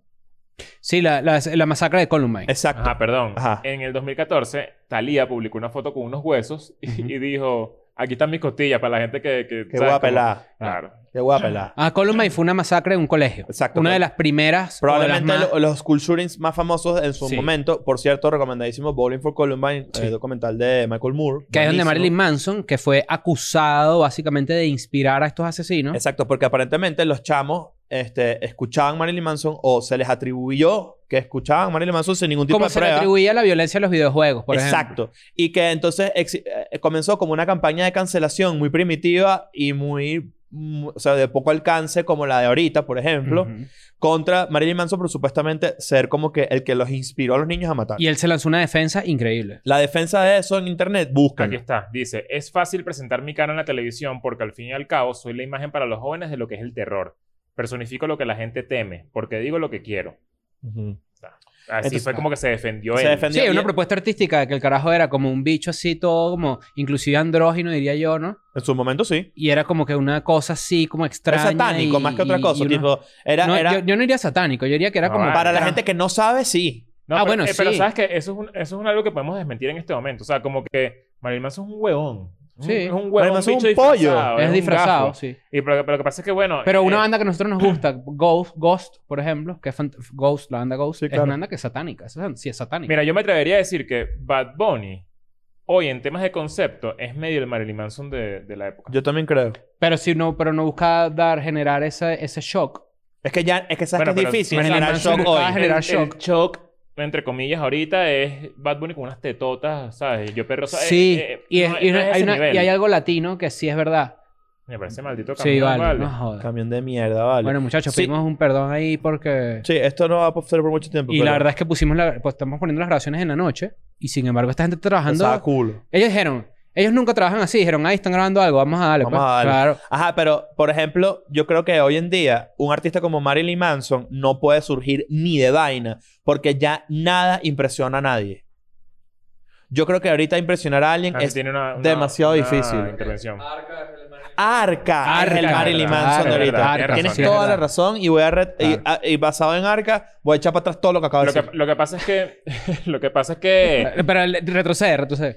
[SPEAKER 4] Sí, la, la- la masacre de Columbine.
[SPEAKER 3] Exacto.
[SPEAKER 2] Ajá, perdón.
[SPEAKER 3] Ajá.
[SPEAKER 2] En el 2014, Talía publicó una foto con unos huesos y, y dijo: Aquí están mis costillas para la gente que. que
[SPEAKER 3] Qué
[SPEAKER 2] ¿sabes? Como-
[SPEAKER 3] guapa pelada.
[SPEAKER 2] Claro.
[SPEAKER 3] Qué guapa pelada.
[SPEAKER 4] Ah, Columbine fue una masacre en un colegio.
[SPEAKER 3] Exacto.
[SPEAKER 4] Una de las primeras. o de las
[SPEAKER 3] Probablemente
[SPEAKER 4] más-
[SPEAKER 3] lo- los school shootings más famosos en su
[SPEAKER 4] Sí.
[SPEAKER 3] momento. Por cierto, recomendadísimo Bowling for Columbine,
[SPEAKER 4] Sí.
[SPEAKER 3] el documental de Michael Moore.
[SPEAKER 4] Que es donde
[SPEAKER 3] Buenísimo.
[SPEAKER 4] Marilyn Manson, que fue acusado básicamente de inspirar a estos asesinos.
[SPEAKER 3] Exacto, porque aparentemente los chamos este, escuchaban Marilyn Manson o se les atribuyó que escuchaban Marilyn Manson sin ningún tipo
[SPEAKER 4] Como
[SPEAKER 3] de
[SPEAKER 4] se le
[SPEAKER 3] prueba.
[SPEAKER 4] atribuía la violencia a los videojuegos, por ejemplo.
[SPEAKER 3] Exacto. Y que entonces exi- eh, comenzó como una campaña de cancelación muy primitiva y muy, mm, o sea, de poco alcance como la de ahorita, por ejemplo,
[SPEAKER 4] Ujú.
[SPEAKER 3] contra Marilyn Manson por supuestamente ser como que el que los inspiró a los niños a matar.
[SPEAKER 4] Y él se lanzó una defensa increíble.
[SPEAKER 3] La defensa de eso en internet, busca.
[SPEAKER 2] Aquí está. Dice, es fácil presentar mi cara en la televisión porque al fin y al cabo soy la imagen para los jóvenes de lo que es el terror. Personifico lo que la gente teme, porque digo lo que quiero. Así
[SPEAKER 3] Entonces,
[SPEAKER 2] fue como que se defendió
[SPEAKER 3] se
[SPEAKER 2] él.
[SPEAKER 3] defendió.
[SPEAKER 4] Sí, una
[SPEAKER 3] y-
[SPEAKER 4] propuesta artística de que el carajo era como un bicho así, todo como, inclusive andrógino, diría yo, ¿no?
[SPEAKER 3] En su momento sí.
[SPEAKER 4] Y era como que una cosa así, como
[SPEAKER 3] Era
[SPEAKER 4] extraña.
[SPEAKER 3] satánico,
[SPEAKER 4] y-
[SPEAKER 3] más que otra
[SPEAKER 4] y-
[SPEAKER 3] cosa.
[SPEAKER 4] y una-
[SPEAKER 3] tipo, era,
[SPEAKER 4] No,
[SPEAKER 3] era-
[SPEAKER 4] yo, yo no diría satánico, yo diría que era
[SPEAKER 2] No,
[SPEAKER 4] como.
[SPEAKER 2] vale.
[SPEAKER 3] para la
[SPEAKER 2] Ah.
[SPEAKER 3] gente que no sabe, sí.
[SPEAKER 2] No,
[SPEAKER 4] Ah,
[SPEAKER 2] pero,
[SPEAKER 4] bueno,
[SPEAKER 2] eh, Pero
[SPEAKER 4] sí.
[SPEAKER 2] sabes que eso es, un, eso es un- algo que podemos desmentir en este momento. O sea, como que Marilyn Manson es un huevón. Es un-
[SPEAKER 4] Sí.
[SPEAKER 2] Es un
[SPEAKER 3] Marilyn
[SPEAKER 2] huevón.
[SPEAKER 3] Manson es
[SPEAKER 2] bicho
[SPEAKER 3] un pollo.
[SPEAKER 2] disfrazado,
[SPEAKER 4] Es
[SPEAKER 2] un
[SPEAKER 4] disfrazado,
[SPEAKER 2] gafo.
[SPEAKER 4] sí.
[SPEAKER 2] Y pero, pero lo que pasa es que, bueno...
[SPEAKER 4] Pero una
[SPEAKER 2] eh,
[SPEAKER 4] banda que a nosotros nos gusta, Ghost, Ghost por ejemplo, que es fant- Ghost, la banda Ghost,
[SPEAKER 3] Sí,
[SPEAKER 4] es
[SPEAKER 3] claro.
[SPEAKER 4] una banda que es satánica. Esa es- sí, es satánica.
[SPEAKER 2] Mira, yo me atrevería a decir que Bad Bunny, hoy en temas de concepto, es medio el Marilyn Manson de, de la época.
[SPEAKER 3] Yo también creo.
[SPEAKER 4] Pero si no, pero no busca dar, generar ese, ese shock.
[SPEAKER 3] Es que ya, es que sabes
[SPEAKER 2] Bueno,
[SPEAKER 3] que es
[SPEAKER 2] pero-
[SPEAKER 3] difícil
[SPEAKER 2] Marilyn
[SPEAKER 3] generar
[SPEAKER 4] Manson
[SPEAKER 3] shock
[SPEAKER 4] buscaba
[SPEAKER 3] hoy.
[SPEAKER 4] generar-
[SPEAKER 2] el,
[SPEAKER 4] shock.
[SPEAKER 2] el shock, entre comillas, ahorita es Bad Bunny con unas tetotas, ¿sabes? Yo perro, ¿sabes?
[SPEAKER 4] sí.
[SPEAKER 2] Eh, eh,
[SPEAKER 4] y, es-
[SPEAKER 2] no es-
[SPEAKER 4] y
[SPEAKER 2] no es
[SPEAKER 4] hay
[SPEAKER 2] ese
[SPEAKER 4] una-
[SPEAKER 2] nivel.
[SPEAKER 4] y hay algo latino que sí es verdad.
[SPEAKER 2] Me parece maldito
[SPEAKER 4] Sí,
[SPEAKER 2] camión,
[SPEAKER 4] vale.
[SPEAKER 2] vale.
[SPEAKER 4] No jodas.
[SPEAKER 3] Camión de mierda, vale.
[SPEAKER 4] Bueno, muchachos,
[SPEAKER 3] Sí.
[SPEAKER 4] pedimos un perdón ahí porque.
[SPEAKER 3] sí, esto no va a ser por mucho tiempo.
[SPEAKER 4] Y
[SPEAKER 3] pero
[SPEAKER 4] la verdad es que pusimos la, pues, estamos poniendo las grabaciones en la noche. Y sin embargo, esta gente está trabajando.
[SPEAKER 3] pensaba culo.
[SPEAKER 4] Ellos dijeron, ellos nunca trabajan así. Dijeron, ahí están grabando algo, vamos a darle.
[SPEAKER 3] Vamos
[SPEAKER 4] pues".
[SPEAKER 3] a darle.
[SPEAKER 4] Claro.
[SPEAKER 3] Ajá, pero por ejemplo, yo creo que hoy en día un artista como Marilyn Manson no puede surgir ni de vaina porque ya nada impresiona a nadie. Yo creo que ahorita impresionar a alguien
[SPEAKER 2] Ah,
[SPEAKER 3] es
[SPEAKER 2] tiene una, una-
[SPEAKER 3] demasiado
[SPEAKER 2] una
[SPEAKER 3] difícil.
[SPEAKER 2] intervención.
[SPEAKER 3] Arca, es
[SPEAKER 4] Arca,
[SPEAKER 3] el Marilyn
[SPEAKER 4] verdad,
[SPEAKER 3] Manson
[SPEAKER 4] verdad,
[SPEAKER 3] de ahorita.
[SPEAKER 4] tienes razón,
[SPEAKER 3] Tienes
[SPEAKER 4] tienes
[SPEAKER 3] toda la
[SPEAKER 4] razón.
[SPEAKER 3] razón y voy a... re- y-
[SPEAKER 4] Claro.
[SPEAKER 3] a- y basado en Arca, voy a echar para atrás todo lo que acabo de
[SPEAKER 2] Lo que,
[SPEAKER 3] decir.
[SPEAKER 2] lo que pasa es que... [LAUGHS] lo que pasa es que...
[SPEAKER 4] Eh, Pero le- retrocede, retrocede.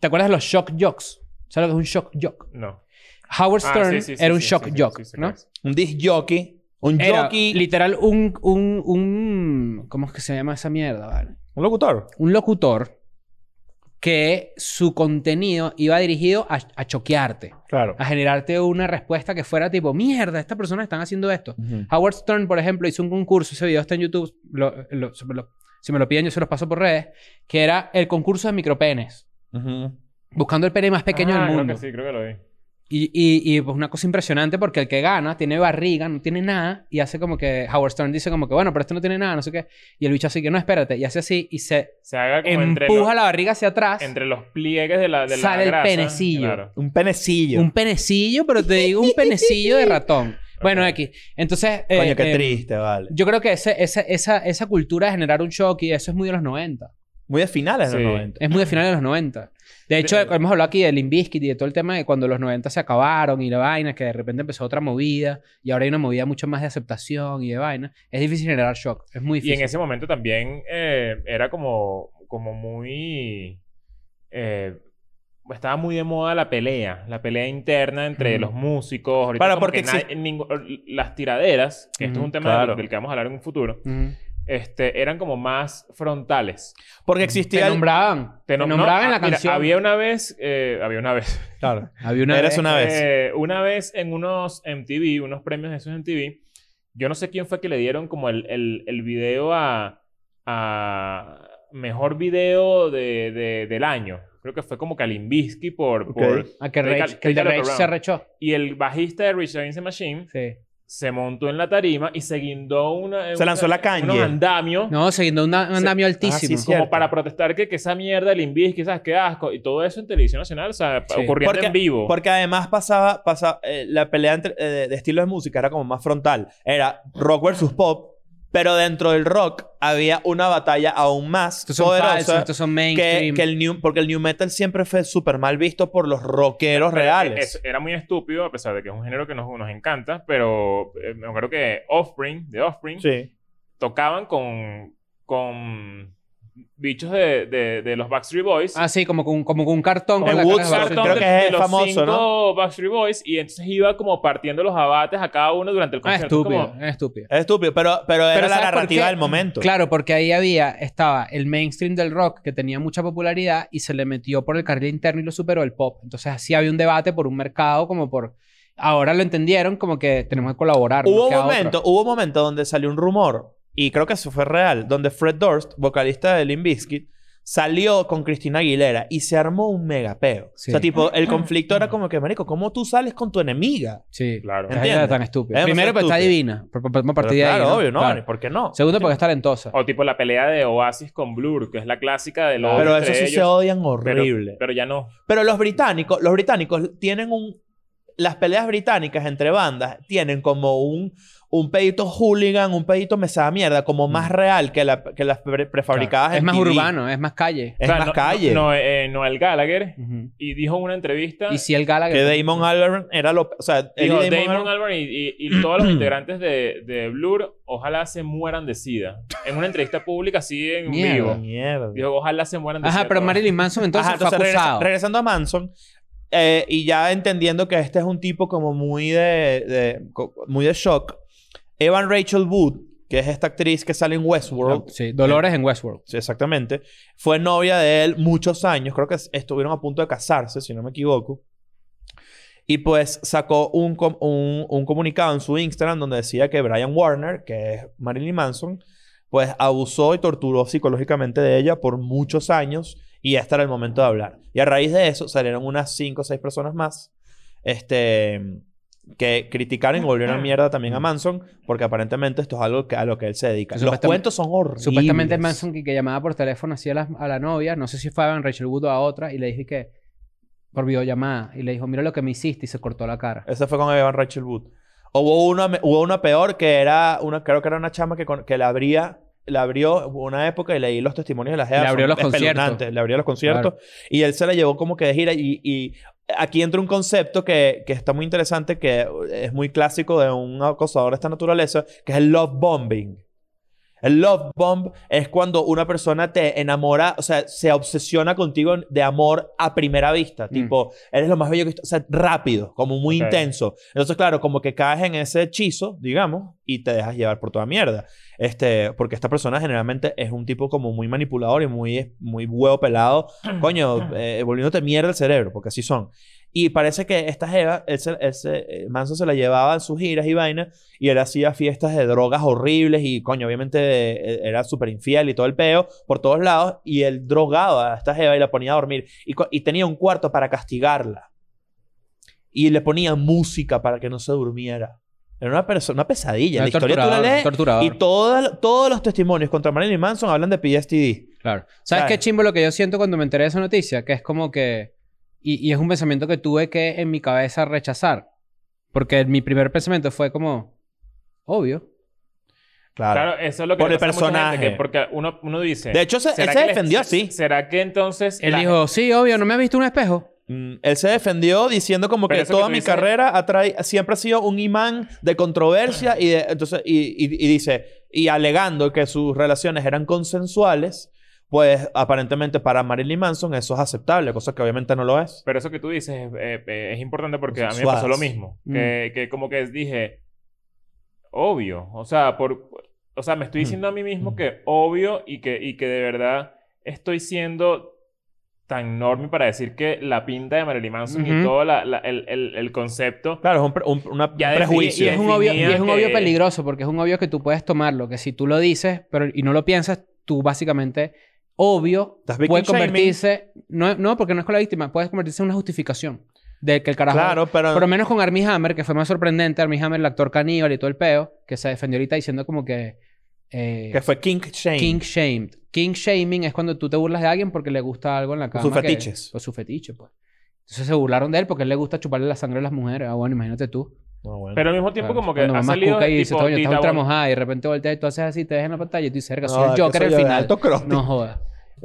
[SPEAKER 4] ¿Te acuerdas de los shock jocks? ¿Sabes lo que es un shock jock?
[SPEAKER 2] No.
[SPEAKER 4] Howard
[SPEAKER 2] Ah,
[SPEAKER 4] Stern
[SPEAKER 2] sí, sí, sí,
[SPEAKER 4] era un
[SPEAKER 2] sí,
[SPEAKER 4] shock
[SPEAKER 2] sí, sí,
[SPEAKER 4] jock,
[SPEAKER 2] sí, sí,
[SPEAKER 4] ¿no?
[SPEAKER 2] sí, sí.
[SPEAKER 3] Un disc jockey. Un
[SPEAKER 4] Era
[SPEAKER 3] jockey.
[SPEAKER 4] literal un, un, un... ¿Cómo es que se llama esa mierda? Vale.
[SPEAKER 3] Un locutor.
[SPEAKER 4] un locutor que su contenido iba dirigido a, a choquearte,
[SPEAKER 3] Claro.
[SPEAKER 4] a generarte una respuesta que fuera tipo, mierda, estas personas están haciendo esto. Howard Stern, por ejemplo, hizo un concurso, ese video está en YouTube, lo- lo- se me lo- si me lo piden yo se los paso por redes, que era el concurso de micropenes, buscando el pene más pequeño
[SPEAKER 2] Ah,
[SPEAKER 4] del mundo.
[SPEAKER 2] Creo que sí, creo que lo vi.
[SPEAKER 4] Y, y, y, pues una cosa impresionante porque el que gana tiene barriga, no tiene nada y hace como que Howard Stern dice como que bueno, pero este no tiene nada, no sé qué. Y el bicho así que no, espérate. Y hace así y se
[SPEAKER 2] Se haga como entre
[SPEAKER 4] empuja
[SPEAKER 2] los,
[SPEAKER 4] la barriga hacia atrás.
[SPEAKER 2] entre los pliegues de la, de la
[SPEAKER 4] Sale el
[SPEAKER 2] grasa.
[SPEAKER 4] penecillo.
[SPEAKER 2] Claro.
[SPEAKER 3] Un penecillo.
[SPEAKER 4] Un penecillo, pero te digo un penecillo de ratón.
[SPEAKER 2] [LAUGHS]
[SPEAKER 4] Bueno,
[SPEAKER 2] Ok.
[SPEAKER 4] X. Entonces. eh,
[SPEAKER 3] Coño, qué
[SPEAKER 4] eh,
[SPEAKER 3] triste, vale.
[SPEAKER 4] Yo creo que ese- esa, esa, esa cultura de generar un shock y eso es muy de los 90.
[SPEAKER 3] Muy de finales de
[SPEAKER 2] Sí.
[SPEAKER 3] los 90.
[SPEAKER 4] Es muy de finales de los 90. De hecho,
[SPEAKER 2] De-
[SPEAKER 4] hemos hablado aquí de Limbiskit y de todo el tema de cuando los 90 se acabaron y la vaina, que de repente empezó otra movida y ahora hay una movida mucho más de aceptación y de vaina. Es difícil generar shock. Es muy
[SPEAKER 2] Y
[SPEAKER 4] difícil.
[SPEAKER 2] en ese momento también eh, era como, como muy... eh, estaba muy de moda la pelea, la pelea interna entre
[SPEAKER 4] Ujú.
[SPEAKER 2] los músicos. Ahorita
[SPEAKER 3] Para,
[SPEAKER 2] como
[SPEAKER 3] porque
[SPEAKER 2] que nadie- ningú- las tiraderas, que esto es
[SPEAKER 4] Ujú,
[SPEAKER 2] un tema
[SPEAKER 3] claro.
[SPEAKER 2] del, del que vamos a hablar en un futuro,
[SPEAKER 4] Ujú.
[SPEAKER 2] este, eran como más frontales.
[SPEAKER 3] Porque
[SPEAKER 4] Te
[SPEAKER 3] existía. el-
[SPEAKER 4] nombraban. Te,
[SPEAKER 2] nom- no,
[SPEAKER 4] nombraban en
[SPEAKER 2] ah,
[SPEAKER 4] la
[SPEAKER 2] mira,
[SPEAKER 4] canción.
[SPEAKER 2] había una vez, eh, había una vez,
[SPEAKER 3] Claro.
[SPEAKER 4] Había una
[SPEAKER 3] Eres
[SPEAKER 4] vez-
[SPEAKER 3] una vez.
[SPEAKER 2] Eh, una vez en unos MTV, unos premios de esos MTV, yo no sé quién fue que le dieron como el, el, el video a, a mejor video de, de- del año. Creo que fue como Kalimbiski por,
[SPEAKER 3] Ok.
[SPEAKER 2] por...
[SPEAKER 4] A que,
[SPEAKER 2] Take a-
[SPEAKER 4] Rage- que el de
[SPEAKER 2] take a
[SPEAKER 4] Rage
[SPEAKER 2] look
[SPEAKER 4] se
[SPEAKER 2] around.
[SPEAKER 4] rechó.
[SPEAKER 2] Y el bajista de Rage Against the Machine
[SPEAKER 4] Sí.
[SPEAKER 2] se montó en la tarima y se guindó una...
[SPEAKER 3] Se lanzó
[SPEAKER 2] una-
[SPEAKER 3] la Kanye.
[SPEAKER 2] Unos andamios
[SPEAKER 4] No, siguiendo un da- un
[SPEAKER 2] Se-
[SPEAKER 4] andamio
[SPEAKER 3] sí,
[SPEAKER 4] altísimo.
[SPEAKER 3] sí.
[SPEAKER 2] como
[SPEAKER 3] cierto.
[SPEAKER 2] para protestar que, que esa mierda de Limbisky, ¿sabes? Qué asco. Y todo eso en televisión nacional, o sea,
[SPEAKER 4] Sí.
[SPEAKER 2] ocurriendo en vivo.
[SPEAKER 3] Porque además pasaba, pasaba eh, la pelea entre, eh, de, de estilos de música era como más frontal. Era rock versus pop, pero dentro del rock había una batalla aún más
[SPEAKER 4] Estos son falsos,
[SPEAKER 3] poderosa
[SPEAKER 4] estos son
[SPEAKER 3] que,
[SPEAKER 4] mainstream.
[SPEAKER 3] que el new, porque el new metal siempre fue súper mal visto por los rockeros reales.
[SPEAKER 2] Es- era muy estúpido, a pesar de que es un género que nos, nos encanta, pero eh, me acuerdo que Offspring, de Offspring,
[SPEAKER 3] Sí.
[SPEAKER 2] tocaban con, con bichos de, de, de los Backstreet Boys.
[SPEAKER 4] Ah, sí, como con, como con un cartón.
[SPEAKER 3] Como
[SPEAKER 4] con la
[SPEAKER 3] Wood
[SPEAKER 4] cara de
[SPEAKER 3] Cartón,
[SPEAKER 4] Barcelona. Ah,
[SPEAKER 3] creo que
[SPEAKER 2] de-
[SPEAKER 3] es
[SPEAKER 2] de los
[SPEAKER 3] famoso,
[SPEAKER 2] cinco
[SPEAKER 3] ¿no?
[SPEAKER 2] Backstreet Boys y entonces iba como partiendo los abates a cada uno durante el
[SPEAKER 4] Ah,
[SPEAKER 2] concierto.
[SPEAKER 4] estúpido,
[SPEAKER 2] Como-
[SPEAKER 4] es estúpido.
[SPEAKER 3] Es estúpido, pero, pero, era la
[SPEAKER 4] ¿sabes por
[SPEAKER 3] narrativa
[SPEAKER 4] qué?
[SPEAKER 3] del momento.
[SPEAKER 4] Claro, porque ahí había, estaba el mainstream del rock que tenía mucha popularidad y se le metió por el carril interno y lo superó el pop. Entonces así había un debate por un mercado como por... Ahora lo entendieron como que tenemos que colaborar. no
[SPEAKER 3] Hubo un
[SPEAKER 4] queda otra.
[SPEAKER 3] momento, hubo un momento donde salió un rumor, y creo que eso fue real, donde Fred Durst, vocalista de Limp Bizkit, salió con Cristina Aguilera y se armó un mega peo.
[SPEAKER 4] Sí.
[SPEAKER 3] O sea, tipo, el conflicto era como que, marico, ¿cómo tú sales con tu enemiga?
[SPEAKER 4] Sí, claro.
[SPEAKER 2] Claro.
[SPEAKER 4] Es
[SPEAKER 3] ¿Entiendes?
[SPEAKER 4] tan estúpido.
[SPEAKER 3] Es
[SPEAKER 4] Primero, pues está
[SPEAKER 3] estúpido.
[SPEAKER 4] divina. Por- por- Podemos partir de
[SPEAKER 3] Pero
[SPEAKER 4] ahí.
[SPEAKER 3] claro, obvio, ¿no?
[SPEAKER 4] Claro.
[SPEAKER 3] ¿Por qué no?
[SPEAKER 4] Segundo, porque es talentosa.
[SPEAKER 2] O tipo la pelea de Oasis con Blur, que es la clásica del
[SPEAKER 3] Pero eso sí se odian horrible.
[SPEAKER 2] Pero ya no.
[SPEAKER 3] Pero los británicos, los británicos tienen un... Las peleas británicas entre bandas tienen como un, un pedito hooligan, un pedito mesa de mierda, como más real que, la- que las pre- prefabricadas.
[SPEAKER 4] Mm. Es
[SPEAKER 3] en
[SPEAKER 4] más
[SPEAKER 3] TV.
[SPEAKER 4] urbano, es más calle.
[SPEAKER 3] Es
[SPEAKER 2] O sea,
[SPEAKER 3] más
[SPEAKER 2] no-
[SPEAKER 3] calle.
[SPEAKER 2] No, no, eh, Noel Gallagher
[SPEAKER 4] Ujú.
[SPEAKER 2] y dijo en una entrevista...
[SPEAKER 4] Y si el Gallagher...
[SPEAKER 3] que Damon Albarn era lo... O sea, Eddie
[SPEAKER 2] Digo,
[SPEAKER 3] Damon
[SPEAKER 2] Damon
[SPEAKER 3] Albarn-
[SPEAKER 2] Albarn y, y- y todos
[SPEAKER 3] [CLEARS THROAT]
[SPEAKER 2] los integrantes de, de Blur, ojalá se mueran de sida. En una entrevista pública así en
[SPEAKER 4] Mierda.
[SPEAKER 2] vivo.
[SPEAKER 3] Mierda.
[SPEAKER 2] Dijo, ojalá se mueran de sida.
[SPEAKER 4] Ajá, pero
[SPEAKER 2] todos".
[SPEAKER 4] Marilyn Manson entonces
[SPEAKER 3] Ajá, entonces
[SPEAKER 4] fue
[SPEAKER 3] regresa-
[SPEAKER 4] acusado.
[SPEAKER 3] regresando a Manson eh, y ya entendiendo que este es un tipo como muy de, de- co- muy de shock, Evan Rachel Wood, que es esta actriz que sale en Westworld,
[SPEAKER 4] Sí, Dolores en Westworld.
[SPEAKER 3] sí, exactamente, fue novia de él muchos años, creo que es- estuvieron a punto de casarse, si no me equivoco. Y pues sacó un, com- un, un comunicado en su Instagram donde decía que Brian Warner, que es Marilyn Manson, pues abusó y torturó psicológicamente de ella por este muchos años y ya era el momento de hablar. Y a raíz de eso salieron unas 5 o 6 personas más Este, que criticaron y
[SPEAKER 4] Ah.
[SPEAKER 3] volvieron a mierda también a Manson, porque aparentemente esto es algo que, a lo que él se dedica.
[SPEAKER 4] Que
[SPEAKER 3] Los
[SPEAKER 4] supuestam-
[SPEAKER 3] cuentos son horribles.
[SPEAKER 4] Supuestamente Manson que, que llamaba por teléfono así a la, a la novia, no sé si fue a Rachel Wood o a otra, y le dije que por videollamada, y le dijo, mira lo que me hiciste, y se cortó la cara.
[SPEAKER 3] Ese fue con Evan Rachel Wood. Hubo una, me- hubo una peor que era una, creo que era una chama que, con- que la abría, la abrió una época y leí los testimonios de la jeva.
[SPEAKER 4] Le abrió
[SPEAKER 3] son
[SPEAKER 4] los conciertos.
[SPEAKER 3] espeluznantes. Le abrió los conciertos. Y él se la llevó como que de gira. Y, y aquí entra un concepto que, que está muy interesante, que es muy clásico de un acosador de esta naturaleza, que es el love bombing. El love bomb es cuando una persona te enamora, o sea, se obsesiona contigo de amor a primera vista.
[SPEAKER 4] Mm.
[SPEAKER 3] Tipo, eres lo más bello que... est- O sea, rápido, como muy
[SPEAKER 2] Ok.
[SPEAKER 3] intenso. Entonces, claro, como que caes en ese hechizo, digamos, y te dejas llevar por toda mierda. Este, porque esta persona generalmente es un tipo como muy manipulador y muy, muy huevo pelado. Coño, eh, volviéndote mierda el cerebro, porque así son. Y parece que esta Jeva, ese, ese eh, Manson se la llevaba en sus giras y vainas, y él hacía fiestas de drogas horribles, y coño, obviamente eh, era súper infiel y todo el peo por todos lados, y él drogaba a esta Jeva y la ponía a dormir, y, co- y tenía un cuarto para castigarla, y le ponía música para que no se durmiera. Era una, perso- una
[SPEAKER 4] Era
[SPEAKER 3] pesadilla. la historia tú la
[SPEAKER 4] torturador,
[SPEAKER 3] lees
[SPEAKER 4] torturador.
[SPEAKER 3] y toda- todos los testimonios contra Marilyn Manson hablan de PTSD.
[SPEAKER 4] Claro. ¿Sabes
[SPEAKER 3] Claro.
[SPEAKER 4] qué chimbo lo que yo siento cuando me enteré de esa noticia? Que es como que... Y, y es un pensamiento que tuve que en mi cabeza rechazar. Porque mi primer pensamiento fue como... Obvio.
[SPEAKER 2] Claro, eso es lo que
[SPEAKER 3] Por
[SPEAKER 2] le
[SPEAKER 3] el
[SPEAKER 2] pasa a mucha gente,
[SPEAKER 3] personaje.
[SPEAKER 2] que porque uno, uno dice...
[SPEAKER 3] De hecho, se- él
[SPEAKER 2] ¿será
[SPEAKER 3] se
[SPEAKER 2] que les-
[SPEAKER 3] defendió
[SPEAKER 2] se-
[SPEAKER 3] así.
[SPEAKER 2] ¿Será que entonces...
[SPEAKER 4] Él
[SPEAKER 2] la-
[SPEAKER 4] dijo, sí, obvio, ¿no me has visto un espejo?
[SPEAKER 3] Mm, Él se defendió diciendo como
[SPEAKER 2] Pero
[SPEAKER 3] que
[SPEAKER 2] eso que
[SPEAKER 3] toda
[SPEAKER 2] tú
[SPEAKER 3] mi
[SPEAKER 2] dices-
[SPEAKER 3] carrera ha trai- siempre ha sido un imán de controversia y, de- entonces, y, y- y dice, y alegando que sus relaciones eran consensuales, pues aparentemente para Marilyn Manson eso es aceptable, cosa que obviamente no lo es.
[SPEAKER 2] Pero eso que tú dices eh, eh, eh, es importante porque a mí me
[SPEAKER 3] Suaves.
[SPEAKER 2] pasó lo mismo.
[SPEAKER 4] Mm.
[SPEAKER 2] Que, que como que dije, obvio. O sea, por, o sea, me
[SPEAKER 4] Mm.
[SPEAKER 2] estoy diciendo a mí mismo que obvio y que, y que de verdad estoy siendo tan enorme para decir que la pinta de Marilyn Manson y
[SPEAKER 4] Ujú.
[SPEAKER 2] todo la- la- el, el- el concepto.
[SPEAKER 3] Claro, es un, pre- un- una-
[SPEAKER 2] Ya
[SPEAKER 3] un
[SPEAKER 2] definí-
[SPEAKER 3] prejuicio.
[SPEAKER 4] Y es un obvio, y
[SPEAKER 2] definía
[SPEAKER 4] es un obvio
[SPEAKER 2] que-
[SPEAKER 4] peligroso porque es un obvio que tú puedes tomarlo. Que si tú lo dices pero, y no lo piensas, tú básicamente... Obvio,
[SPEAKER 3] ¿Estás victim
[SPEAKER 4] puede
[SPEAKER 3] shaming?
[SPEAKER 4] convertirse... No, no, porque no es con la víctima. Puede convertirse en una justificación. De que el carajo...
[SPEAKER 3] Claro, pero...
[SPEAKER 4] Por lo menos con Armie Hammer, que fue más sorprendente. Armie Hammer, el actor caníbal y todo el peo, que se defendió ahorita diciendo como que... eh,
[SPEAKER 3] que fue King Shane.
[SPEAKER 4] King shamed. King shaming es cuando tú te burlas de alguien porque le gusta algo en la cama.
[SPEAKER 3] sus
[SPEAKER 4] que-
[SPEAKER 3] fetiches.
[SPEAKER 4] o su fetiche, pues. Entonces se burlaron de él porque a él le gusta chuparle la sangre a las mujeres. Ah, bueno, imagínate tú.
[SPEAKER 3] No, Ah, bueno.
[SPEAKER 2] Pero al mismo tiempo
[SPEAKER 4] Claro,
[SPEAKER 2] como que
[SPEAKER 4] cuando
[SPEAKER 2] ha
[SPEAKER 4] mamás
[SPEAKER 2] salido
[SPEAKER 4] cuca y dices,
[SPEAKER 2] tipo
[SPEAKER 4] "Coño, estás
[SPEAKER 2] Tita
[SPEAKER 4] ultra
[SPEAKER 2] Bon-
[SPEAKER 4] mojada", y de repente volteas y tú haces así, te ves en la pantalla y tú dices, "Verga, soy
[SPEAKER 3] No,
[SPEAKER 4] el
[SPEAKER 3] que
[SPEAKER 4] Joker al
[SPEAKER 3] soy yo de
[SPEAKER 4] final.
[SPEAKER 3] alto crossfit.
[SPEAKER 4] [LAUGHS] No jodas.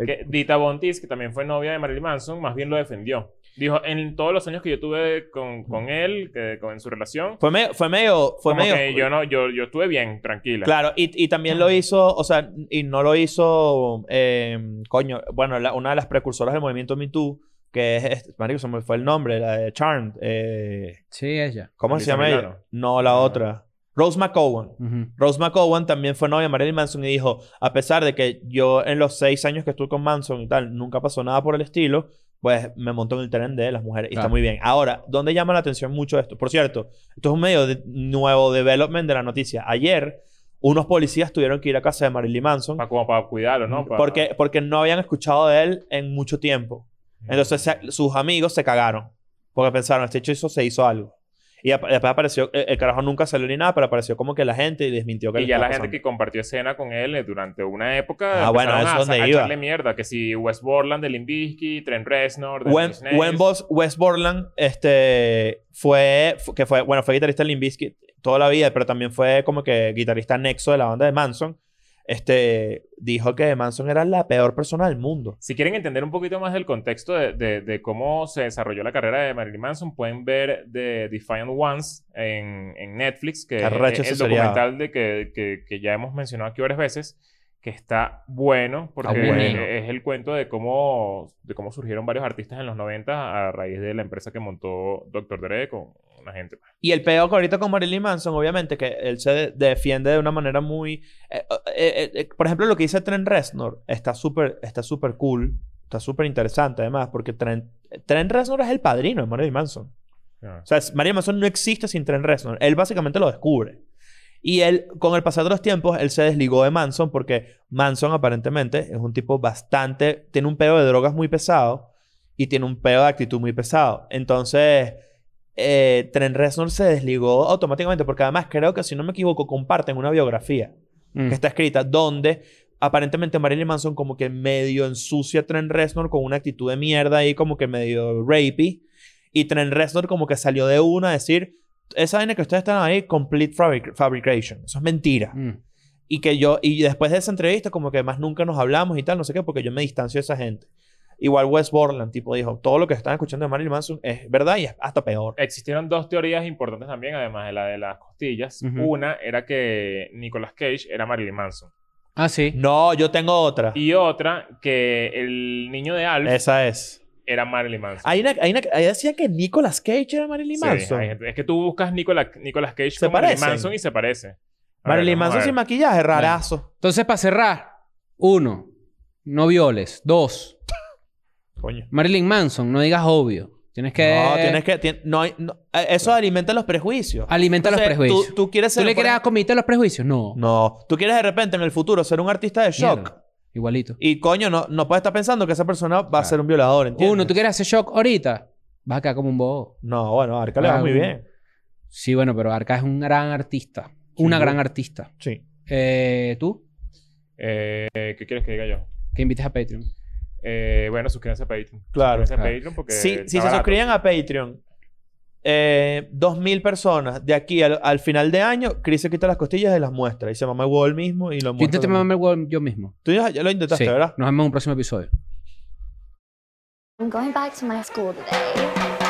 [SPEAKER 2] que Dita Bontis, que también fue novia de Marilyn Manson, más bien lo defendió. Dijo, en todos los años que yo tuve con, con él, que, con, en su relación,
[SPEAKER 3] Fue, me- fue medio... Fue
[SPEAKER 2] como
[SPEAKER 3] medio
[SPEAKER 2] que yo, no, yo, yo estuve bien, tranquila.
[SPEAKER 3] Claro, y, y también lo hizo, o sea, y no lo hizo, eh, coño, bueno, la- una de las precursoras del movimiento Me Too, que es, es- marico, se me fue el nombre, la de Charmed, eh,
[SPEAKER 4] Sí, ella.
[SPEAKER 3] ¿cómo se
[SPEAKER 2] Lisa
[SPEAKER 3] llama
[SPEAKER 2] Milano.
[SPEAKER 3] ella? No, la otra. Rose McCowan.
[SPEAKER 4] Ujú.
[SPEAKER 3] Rose McCowan también fue novia de Marilyn Manson y dijo, a pesar de que yo en los seis años que estuve con Manson y tal, nunca pasó nada por el estilo, pues me montó en el tren de las mujeres y está
[SPEAKER 4] Claro.
[SPEAKER 3] muy bien. Ahora, ¿dónde llama la atención mucho esto? Por cierto, esto es un medio de- nuevo development de la noticia. Ayer, unos policías tuvieron que ir a casa de Marilyn Manson
[SPEAKER 2] Pa- como para cuidarlo, ¿no? Pa-
[SPEAKER 3] porque, porque no habían escuchado de él en mucho tiempo. Entonces se- sus amigos se cagaron. Porque pensaron, este hecho se hizo algo. Y ap- después apareció, el, el carajo nunca salió ni nada, pero apareció como que la gente y desmintió que
[SPEAKER 2] Y
[SPEAKER 3] le
[SPEAKER 2] ya la
[SPEAKER 3] estaba
[SPEAKER 2] gente
[SPEAKER 3] pasando.
[SPEAKER 2] que compartió escena con él eh, durante una época.
[SPEAKER 3] Ah, bueno,
[SPEAKER 2] empezaron a,
[SPEAKER 3] eso es donde
[SPEAKER 2] a
[SPEAKER 3] iba.
[SPEAKER 2] echarle mierda. Que si Wes Borland, de Limbisky, Trent Reznor, de
[SPEAKER 3] Wen,
[SPEAKER 2] Snails.
[SPEAKER 3] Wen Bos- Wes Borland, este, fue, fu- que fue, bueno, fue guitarrista de Limp Bizkit toda la vida, pero también fue como que guitarrista nexo de la banda de Manson. Este, dijo que Manson era la peor persona del mundo.
[SPEAKER 2] Si quieren entender un poquito más del contexto de, de- de cómo se desarrolló la carrera de Marilyn Manson, pueden ver The Defiant Ones en, en Netflix, que
[SPEAKER 3] Qué
[SPEAKER 2] es
[SPEAKER 3] arrecho
[SPEAKER 2] el
[SPEAKER 3] ese seriado.
[SPEAKER 2] documental de que, que- que ya hemos mencionado aquí varias veces, que está bueno, porque
[SPEAKER 4] bueno.
[SPEAKER 2] es, es el cuento de cómo, de cómo surgieron varios artistas en los 90 a raíz de la empresa que montó Dr. Dre con una gente. pues.
[SPEAKER 3] Y el peor que ahorita con Marilyn Manson, obviamente, que él se de- defiende de una manera muy... eh, eh, eh, por ejemplo, lo que dice Trent Reznor está súper está súper cool, está súper interesante además, porque Trent, Trent Reznor es el padrino de Marilyn Manson.
[SPEAKER 2] Ah.
[SPEAKER 3] O sea, es- Marilyn Manson no existe sin Trent Reznor. Él básicamente lo descubre. Y él, con el pasar de los tiempos, él se desligó de Manson porque Manson aparentemente es un tipo bastante... Tiene un pedo de drogas muy pesado y tiene un pedo de actitud muy pesado. Entonces, eh, Trent Reznor se desligó automáticamente, porque además creo que, si no me equivoco, comparten una biografía
[SPEAKER 4] Mm.
[SPEAKER 3] que está escrita donde aparentemente Marilyn Manson como que medio ensucia a Trent Reznor con una actitud de mierda ahí como que medio rapey y Trent Reznor como que salió de una a decir esa vaina que ustedes están ahí complete fabric- fabrication eso es mentira
[SPEAKER 4] Mm.
[SPEAKER 3] y que yo y después de esa entrevista como que más nunca nos hablamos y tal no sé qué porque yo me distancio de esa gente igual Wes Borland tipo dijo todo lo que están escuchando de Marilyn Manson es verdad y es hasta peor
[SPEAKER 2] Existieron dos teorías importantes también, además de la de las costillas.
[SPEAKER 4] Ujú.
[SPEAKER 2] Una era que Nicolas Cage era Marilyn Manson.
[SPEAKER 4] Ah, sí.
[SPEAKER 3] no yo tengo otra
[SPEAKER 2] Y otra, que el niño de Alf
[SPEAKER 3] esa es
[SPEAKER 2] era Marilyn Manson.
[SPEAKER 3] hay una, hay una ahí decían que Nicolas Cage era Marilyn
[SPEAKER 2] Sí,
[SPEAKER 3] Manson
[SPEAKER 2] hay gente- es que tú buscas Nicola- Nicolas Cage
[SPEAKER 3] Se
[SPEAKER 2] con Marilyn
[SPEAKER 3] parecen.
[SPEAKER 2] Manson y se parece. A ver,
[SPEAKER 3] Marilyn
[SPEAKER 2] vamos a
[SPEAKER 3] Manson sin
[SPEAKER 2] ver.
[SPEAKER 3] maquillaje, rarazo.
[SPEAKER 4] Entonces, para cerrar, uno, no violes. Dos,
[SPEAKER 3] Coño.
[SPEAKER 4] Marilyn Manson, no digas obvio. Tienes que.
[SPEAKER 3] No, tienes que. tien- no hay- no- eh, eso alimenta los prejuicios.
[SPEAKER 4] Alimenta los
[SPEAKER 3] Entonces,
[SPEAKER 4] prejuicios.
[SPEAKER 3] Tú, tú quieres
[SPEAKER 4] ¿Tú
[SPEAKER 3] ser.
[SPEAKER 4] le
[SPEAKER 3] por
[SPEAKER 4] creas
[SPEAKER 3] ejemplo-
[SPEAKER 4] comité a los prejuicios? No.
[SPEAKER 3] No. Tú quieres de repente en el futuro ser un artista de shock.
[SPEAKER 4] Mierda. Igualito.
[SPEAKER 3] Y coño, no, no puedes estar pensando que esa persona va a ser un violador, ¿entiendes?
[SPEAKER 4] Uno, ¿tú quieres hacer shock ahorita? Vas a quedar como un bobo.
[SPEAKER 3] No, bueno, Arca le va
[SPEAKER 4] Ah,
[SPEAKER 3] muy
[SPEAKER 4] un-
[SPEAKER 3] bien.
[SPEAKER 4] Sí, bueno, pero Arca es un gran artista. Una
[SPEAKER 3] duda.
[SPEAKER 4] gran artista.
[SPEAKER 3] Sí.
[SPEAKER 4] Eh, ¿Tú?
[SPEAKER 2] Eh, ¿Qué quieres que diga yo?
[SPEAKER 4] Que invites a Patreon.
[SPEAKER 2] Eh, bueno, suscríbanse a Patreon.
[SPEAKER 3] Claro.
[SPEAKER 2] Suscríbanse a
[SPEAKER 4] Claro.
[SPEAKER 2] Patreon porque
[SPEAKER 3] Si,
[SPEAKER 2] está
[SPEAKER 3] si se
[SPEAKER 2] barato.
[SPEAKER 3] suscriben a Patreon, eh, 2.000 personas de aquí al, al final de año, Chris se quita las costillas y las muestra. Y se mamó el huevo él mismo y lo
[SPEAKER 4] Yo
[SPEAKER 3] muestra.
[SPEAKER 4] intenté
[SPEAKER 3] también.
[SPEAKER 4] mamarme el huevo yo mismo.
[SPEAKER 3] Tú ya, ya lo intentaste,
[SPEAKER 4] Sí.
[SPEAKER 3] ¿verdad?
[SPEAKER 4] Nos vemos en un próximo episodio.
[SPEAKER 1] I'm going back to my school today.